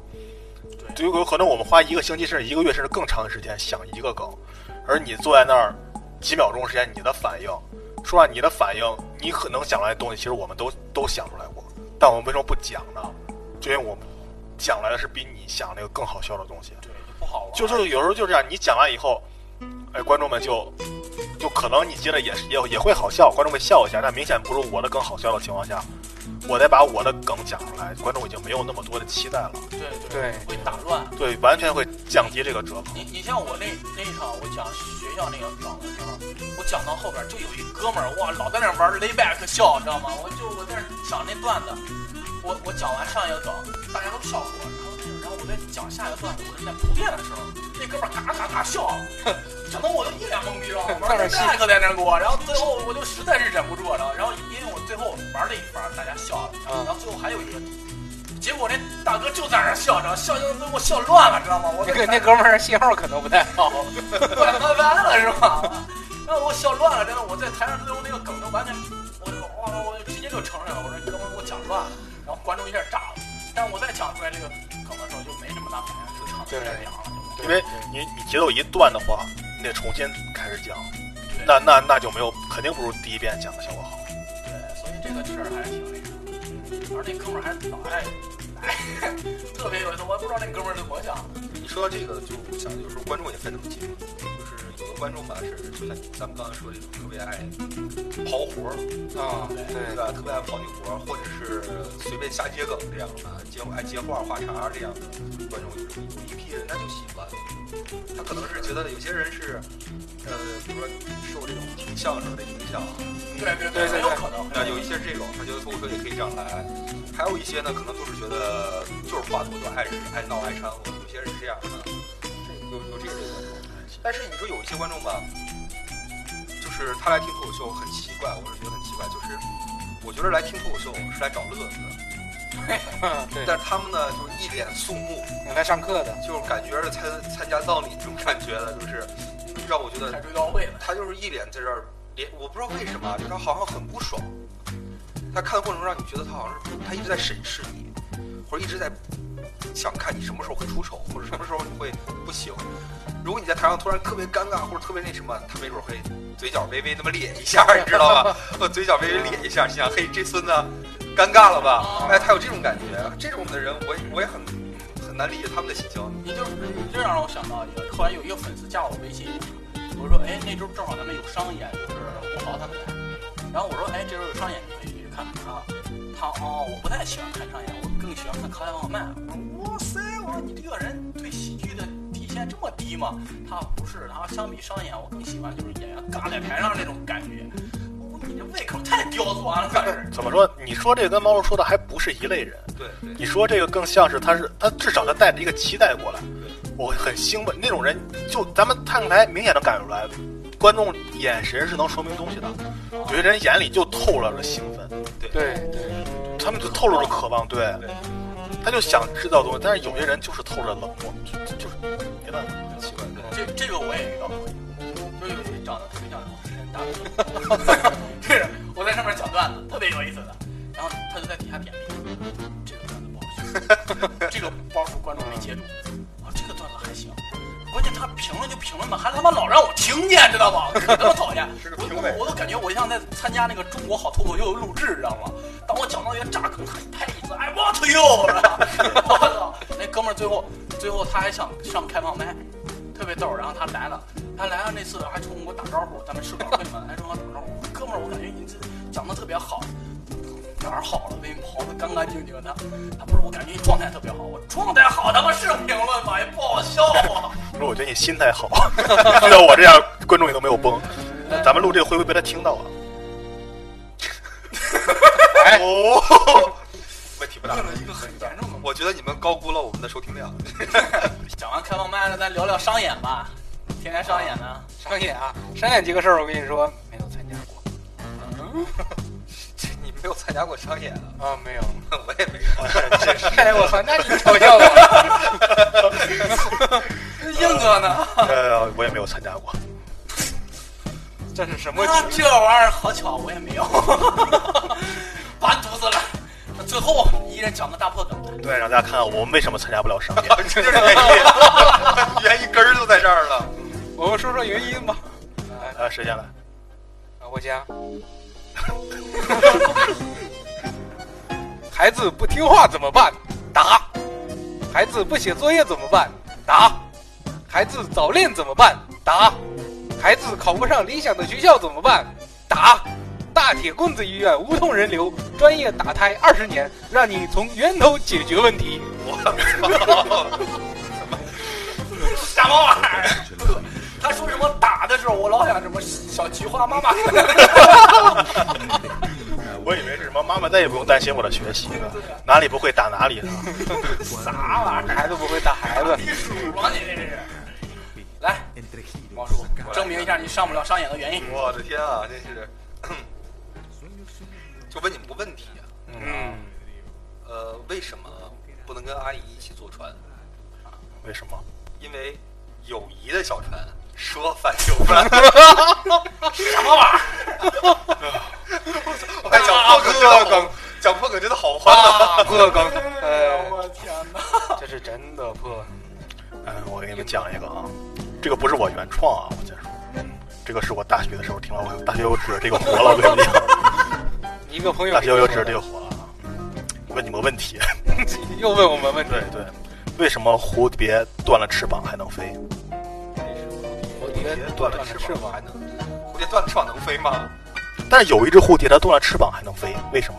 [SPEAKER 1] 对
[SPEAKER 4] 就有可能我们花一个星期甚至一个月甚至更长的时间想一个梗，而你坐在那儿几秒钟时间，你的反应，说实话，你的反应，你可能想出来的东西，其实我们都都想出来过，但我们为什么不讲呢？就因为我们讲出来的是比你想那个更好笑的东西。
[SPEAKER 1] 对，就不好玩。
[SPEAKER 4] 就是有时候就这样，你讲完以后，哎，观众们就就可能你接着也是也也会好笑，观众们笑一下，但明显不如我的更好笑的情况下，我再把我的梗讲出来，观众已经没有那么多的期待了，
[SPEAKER 1] 对
[SPEAKER 2] 对
[SPEAKER 1] 会打乱。
[SPEAKER 4] 对，完全会降低这个折扣。
[SPEAKER 1] 你你像我那那一场，我讲学校那个梗的时候，我讲到后边就有一哥们儿哇，老在那玩 layback 笑，知道吗？我就我在那讲那段子，我我讲完上一个梗，大家都笑我，然后那个然后我在讲下一个段子，我在铺垫的时候，那哥们儿嘎嘎嘎笑，整的我都一脸懵逼，然后玩 layback 在那给我，然后最后我就实在是忍不住了，然后因为我最后玩了一番，大家笑了，
[SPEAKER 2] 嗯
[SPEAKER 1] 然后最后还有一个。结果那大哥就在那儿笑着，笑笑都给我笑乱了，知道吗？我
[SPEAKER 2] 那
[SPEAKER 1] 在
[SPEAKER 2] 个那哥们儿信号可能不太好。
[SPEAKER 1] 管他完了是吧？ 那我笑乱了，真的，我在台上最后那个梗都完全，我我我直接就承认了，我说哥们儿给我讲乱了，然后观众一下炸了。但我再讲出来这个梗的时候就没什么大反应，就场子凉了。
[SPEAKER 4] 因为你你节奏一断的话，你得重新开始讲，
[SPEAKER 1] 对
[SPEAKER 4] 那那那就没有，肯定不如第一遍讲的效果好。
[SPEAKER 1] 对，所以这个事儿还是挺那啥。而那哥们儿还老爱来，特别有意思，我也不知道那哥们儿怎么想的。
[SPEAKER 3] 你说到这个，就我想有时候观众也分那么解，就是有的观众吧是就像咱们刚才说的那种特别爱刨活儿，
[SPEAKER 2] 啊，
[SPEAKER 3] 对
[SPEAKER 2] 对，
[SPEAKER 3] 吧？特别爱跑那活儿，或者是随便瞎接梗这样的吧，接爱接话话茬这样的观众，有一批人他就喜欢，他可能是觉得有些人是，呃，比如说受这种听相声的影响，
[SPEAKER 1] 对对对，很有可能。
[SPEAKER 3] 那有一些是这种，他觉得脱口秀也可以这样来，还有一些呢，可能就是觉得就是话多就爱爱闹爱掺和，有些人是这样的，这有有这个观众。但是你说有一些观众吧，就是他来听脱口秀很奇怪，我是觉得很奇怪，就是我觉得来听脱口秀是来找乐子的，
[SPEAKER 2] 嗯对，
[SPEAKER 3] 但是他们呢就是一脸肃穆，
[SPEAKER 2] 来上课的，
[SPEAKER 3] 就是感觉是参参加葬礼这种感觉的，就是让我觉得
[SPEAKER 1] 开追悼会了。
[SPEAKER 3] 他就是一脸在这儿，脸我不知道为什么啊，就是他好像很不爽。他看的过程中让你觉得他好像是他一直在审视你，或者一直在想看你什么时候会出丑，或者什么时候你会不行。如果你在台上突然特别尴尬或者特别那什么，他没准会嘴角微微那么咧一下，你知道吧？呃，嘴角微微咧一下，心想嘿，这孙子尴尬了吧？哎，他有这种感觉，这种的人我也我也很很难理解他们的心情。
[SPEAKER 1] 你就是你这让我想到一个，后来有一个粉丝加我微信，我说哎那周正好咱们有商演，就是吴豪他们来，然后我说哎这周有商演你可以去看看啊。他哦我不太喜欢看商演，我更喜欢看开放麦。我说哇塞，我说你这个人对喜剧的底线这么低吗？他说不是，他说相比商演我更喜欢就是演员尬在台上那种感觉。我说你这胃口太刁钻了，算是。
[SPEAKER 4] 怎么说？你说这个跟猫叔说的还不是一类人。
[SPEAKER 3] 对对
[SPEAKER 4] 你说这个更像是他是他至少他带着一个期待过来，我很兴奋。那种人就咱们看台明显能感觉出来，观众眼神是能说明东西的。有些人眼里就透露着兴奋，
[SPEAKER 2] 对对，
[SPEAKER 4] 他们就透露着渴望，对，
[SPEAKER 3] 对
[SPEAKER 4] 他就想知道东西。但是有些人就是透着冷漠，就就是没办法。
[SPEAKER 3] 很奇怪，对。
[SPEAKER 1] 这这个我也遇到过，就有一长得特别像王志仁大哥，就是我在上面讲段子，特别有意思的，然后他就在底下点评，这个段子不好笑，这个包袱观众没接住，啊，这个段子还行，关键他评论就评论吧，还他妈老让我听见，知道 吗？可他妈讨厌，
[SPEAKER 3] 是个评委
[SPEAKER 1] 我我都感觉我像在参加那个中国好脱口秀录制，知道吗？当我讲到一个炸梗，他一拍椅子，I want you，知道吗？我操， 那哥们儿最后最后他还想上开放麦。特别逗儿。然后他来了，他来了那次还冲我打招呼，咱们社长会嘛，还冲我打招呼。哥们儿，我感觉你这讲的特别好，哪儿好了？被刨的干干净净的。他不是，我感觉你状态特别好。我状态好，他妈是评论吗？也不好笑啊。
[SPEAKER 4] 我说我觉得你心态好， 遇到我这样观众也都没有崩。咱们录这个会不会被他听到啊？
[SPEAKER 2] 哎
[SPEAKER 4] 哦，
[SPEAKER 3] 问题不
[SPEAKER 1] 问
[SPEAKER 3] 大。
[SPEAKER 1] 了一个很严重的
[SPEAKER 3] 我觉得你们高估了我们的收听量。
[SPEAKER 1] 问题。讲完开放麦了，咱聊聊商演吧。天天商演呢？
[SPEAKER 2] 商演啊，商演这个事儿，我跟你说，没有参加过
[SPEAKER 3] 你没有参加过商演啊？
[SPEAKER 2] 啊，没有。
[SPEAKER 3] 我也没有。
[SPEAKER 2] 哎，我操，那你嘲笑我？
[SPEAKER 1] 硬哥呢？
[SPEAKER 4] 哎呃，我也没有参加过。
[SPEAKER 2] 这是什么
[SPEAKER 1] 那
[SPEAKER 2] 曲？
[SPEAKER 1] 这玩意儿好巧，我也 没有，完犊子了。最后一人讲个大破梗，
[SPEAKER 4] 对，让大家看看我们为什么参加不了商 业。
[SPEAKER 3] 这啊就是原 因，原一根儿就在这儿了。
[SPEAKER 2] 我们说说原因吧。
[SPEAKER 4] 呃，谁先来？
[SPEAKER 2] 啊，我家。 孩子不听话怎么办？打。孩子不写作业怎么办？打。孩子早恋怎么办？打。孩子考不上理想的学校怎么办？打。大铁棍子医院无痛人流，专业打胎二十年，让你从源头解决问题。
[SPEAKER 1] 什么玩意儿？他说什么打的时候，我老想什么小菊花 妈妈。
[SPEAKER 4] 我以为是什么妈妈再也不用担心我的学习了，哪里不会打哪里呢？
[SPEAKER 1] 啥玩意儿？
[SPEAKER 2] 孩子不会打孩子。
[SPEAKER 1] 你数吧，你这是。来，王叔，证明一下你上不了商演的原因。
[SPEAKER 3] 我的天啊，真是，就问你们个问题啊，
[SPEAKER 2] 嗯，
[SPEAKER 3] 呃，为什么不能跟阿姨一起坐船？
[SPEAKER 4] 为什么？
[SPEAKER 3] 因为友谊的小船说翻就翻。
[SPEAKER 1] 什么玩意儿？
[SPEAKER 3] 我还讲破梗真的好，讲破梗真的好欢乐。
[SPEAKER 2] 啊，破梗，哎，
[SPEAKER 1] 我天哪！
[SPEAKER 2] 这是真的破。
[SPEAKER 4] 哎，我给你们讲一个啊，这个不是我原创啊，我先说，
[SPEAKER 3] 嗯
[SPEAKER 4] 这个是我大学的时候听了，我大学有指着这个活了，我 跟你们讲，
[SPEAKER 2] 一个朋友
[SPEAKER 4] 大学有指
[SPEAKER 2] 给
[SPEAKER 4] 着
[SPEAKER 2] 我
[SPEAKER 4] 这个活了啊。问你们个问题，
[SPEAKER 2] 的又问我们问题
[SPEAKER 4] 对。对，为什么蝴蝶断了翅膀还能飞？
[SPEAKER 2] 蝴蝶
[SPEAKER 3] 断了翅膀还能？蝴蝶断了翅膀能飞吗？
[SPEAKER 4] 但是有一只蝴蝶它断了翅膀还能飞，为什么？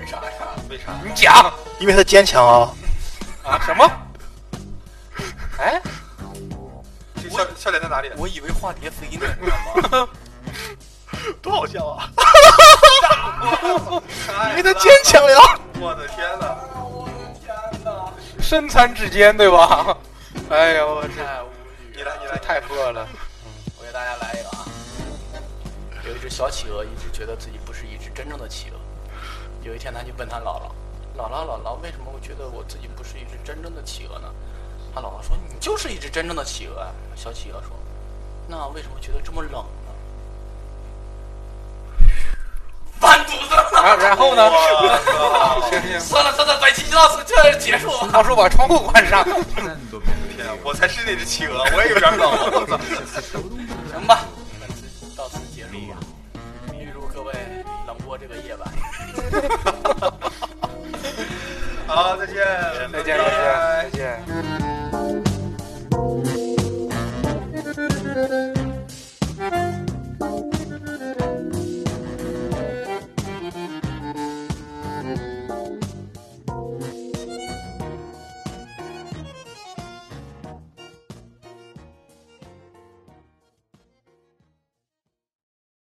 [SPEAKER 1] 为啥呀？
[SPEAKER 3] 为啥？
[SPEAKER 2] 你讲
[SPEAKER 4] 因为它坚强 啊。
[SPEAKER 2] 啊什么？哎，
[SPEAKER 3] 这笑笑点在哪里？
[SPEAKER 1] 我以为化蝶飞呢，你知道吗？
[SPEAKER 4] 多好笑啊！
[SPEAKER 3] 因
[SPEAKER 4] 因为它坚。强呀。
[SPEAKER 3] 我的天
[SPEAKER 1] 哎
[SPEAKER 3] 哪！
[SPEAKER 2] 身残志坚对吧？哎呦，我这
[SPEAKER 1] 太无语
[SPEAKER 3] 你
[SPEAKER 1] 了。
[SPEAKER 3] 来，你
[SPEAKER 2] 这
[SPEAKER 3] 来，
[SPEAKER 2] 太破了。
[SPEAKER 1] 我给大家来一个啊，有一只小企鹅一直觉得自己不是一只真正的企鹅。有一天，它就问他姥姥：“姥姥，姥姥，为什么我觉得我自己不是一只真正的企鹅呢？”他姥姥说：“你就是一只真正的企鹅。”啊。”小企鹅说：“那为什么觉得这么冷呢？”完犊子了！
[SPEAKER 2] 然然后
[SPEAKER 4] 哎
[SPEAKER 2] 呢？
[SPEAKER 3] 我
[SPEAKER 2] 行行，
[SPEAKER 1] 算了算了，本期就到此这儿结束吧。
[SPEAKER 2] 到时候把窗户关上。
[SPEAKER 3] 的天，我才是那只企鹅，我也有点冷。我操！
[SPEAKER 1] 行吧，本次到此结束吧。预祝各位冷过这个夜晚。
[SPEAKER 3] 好，再见，
[SPEAKER 2] 再见再见。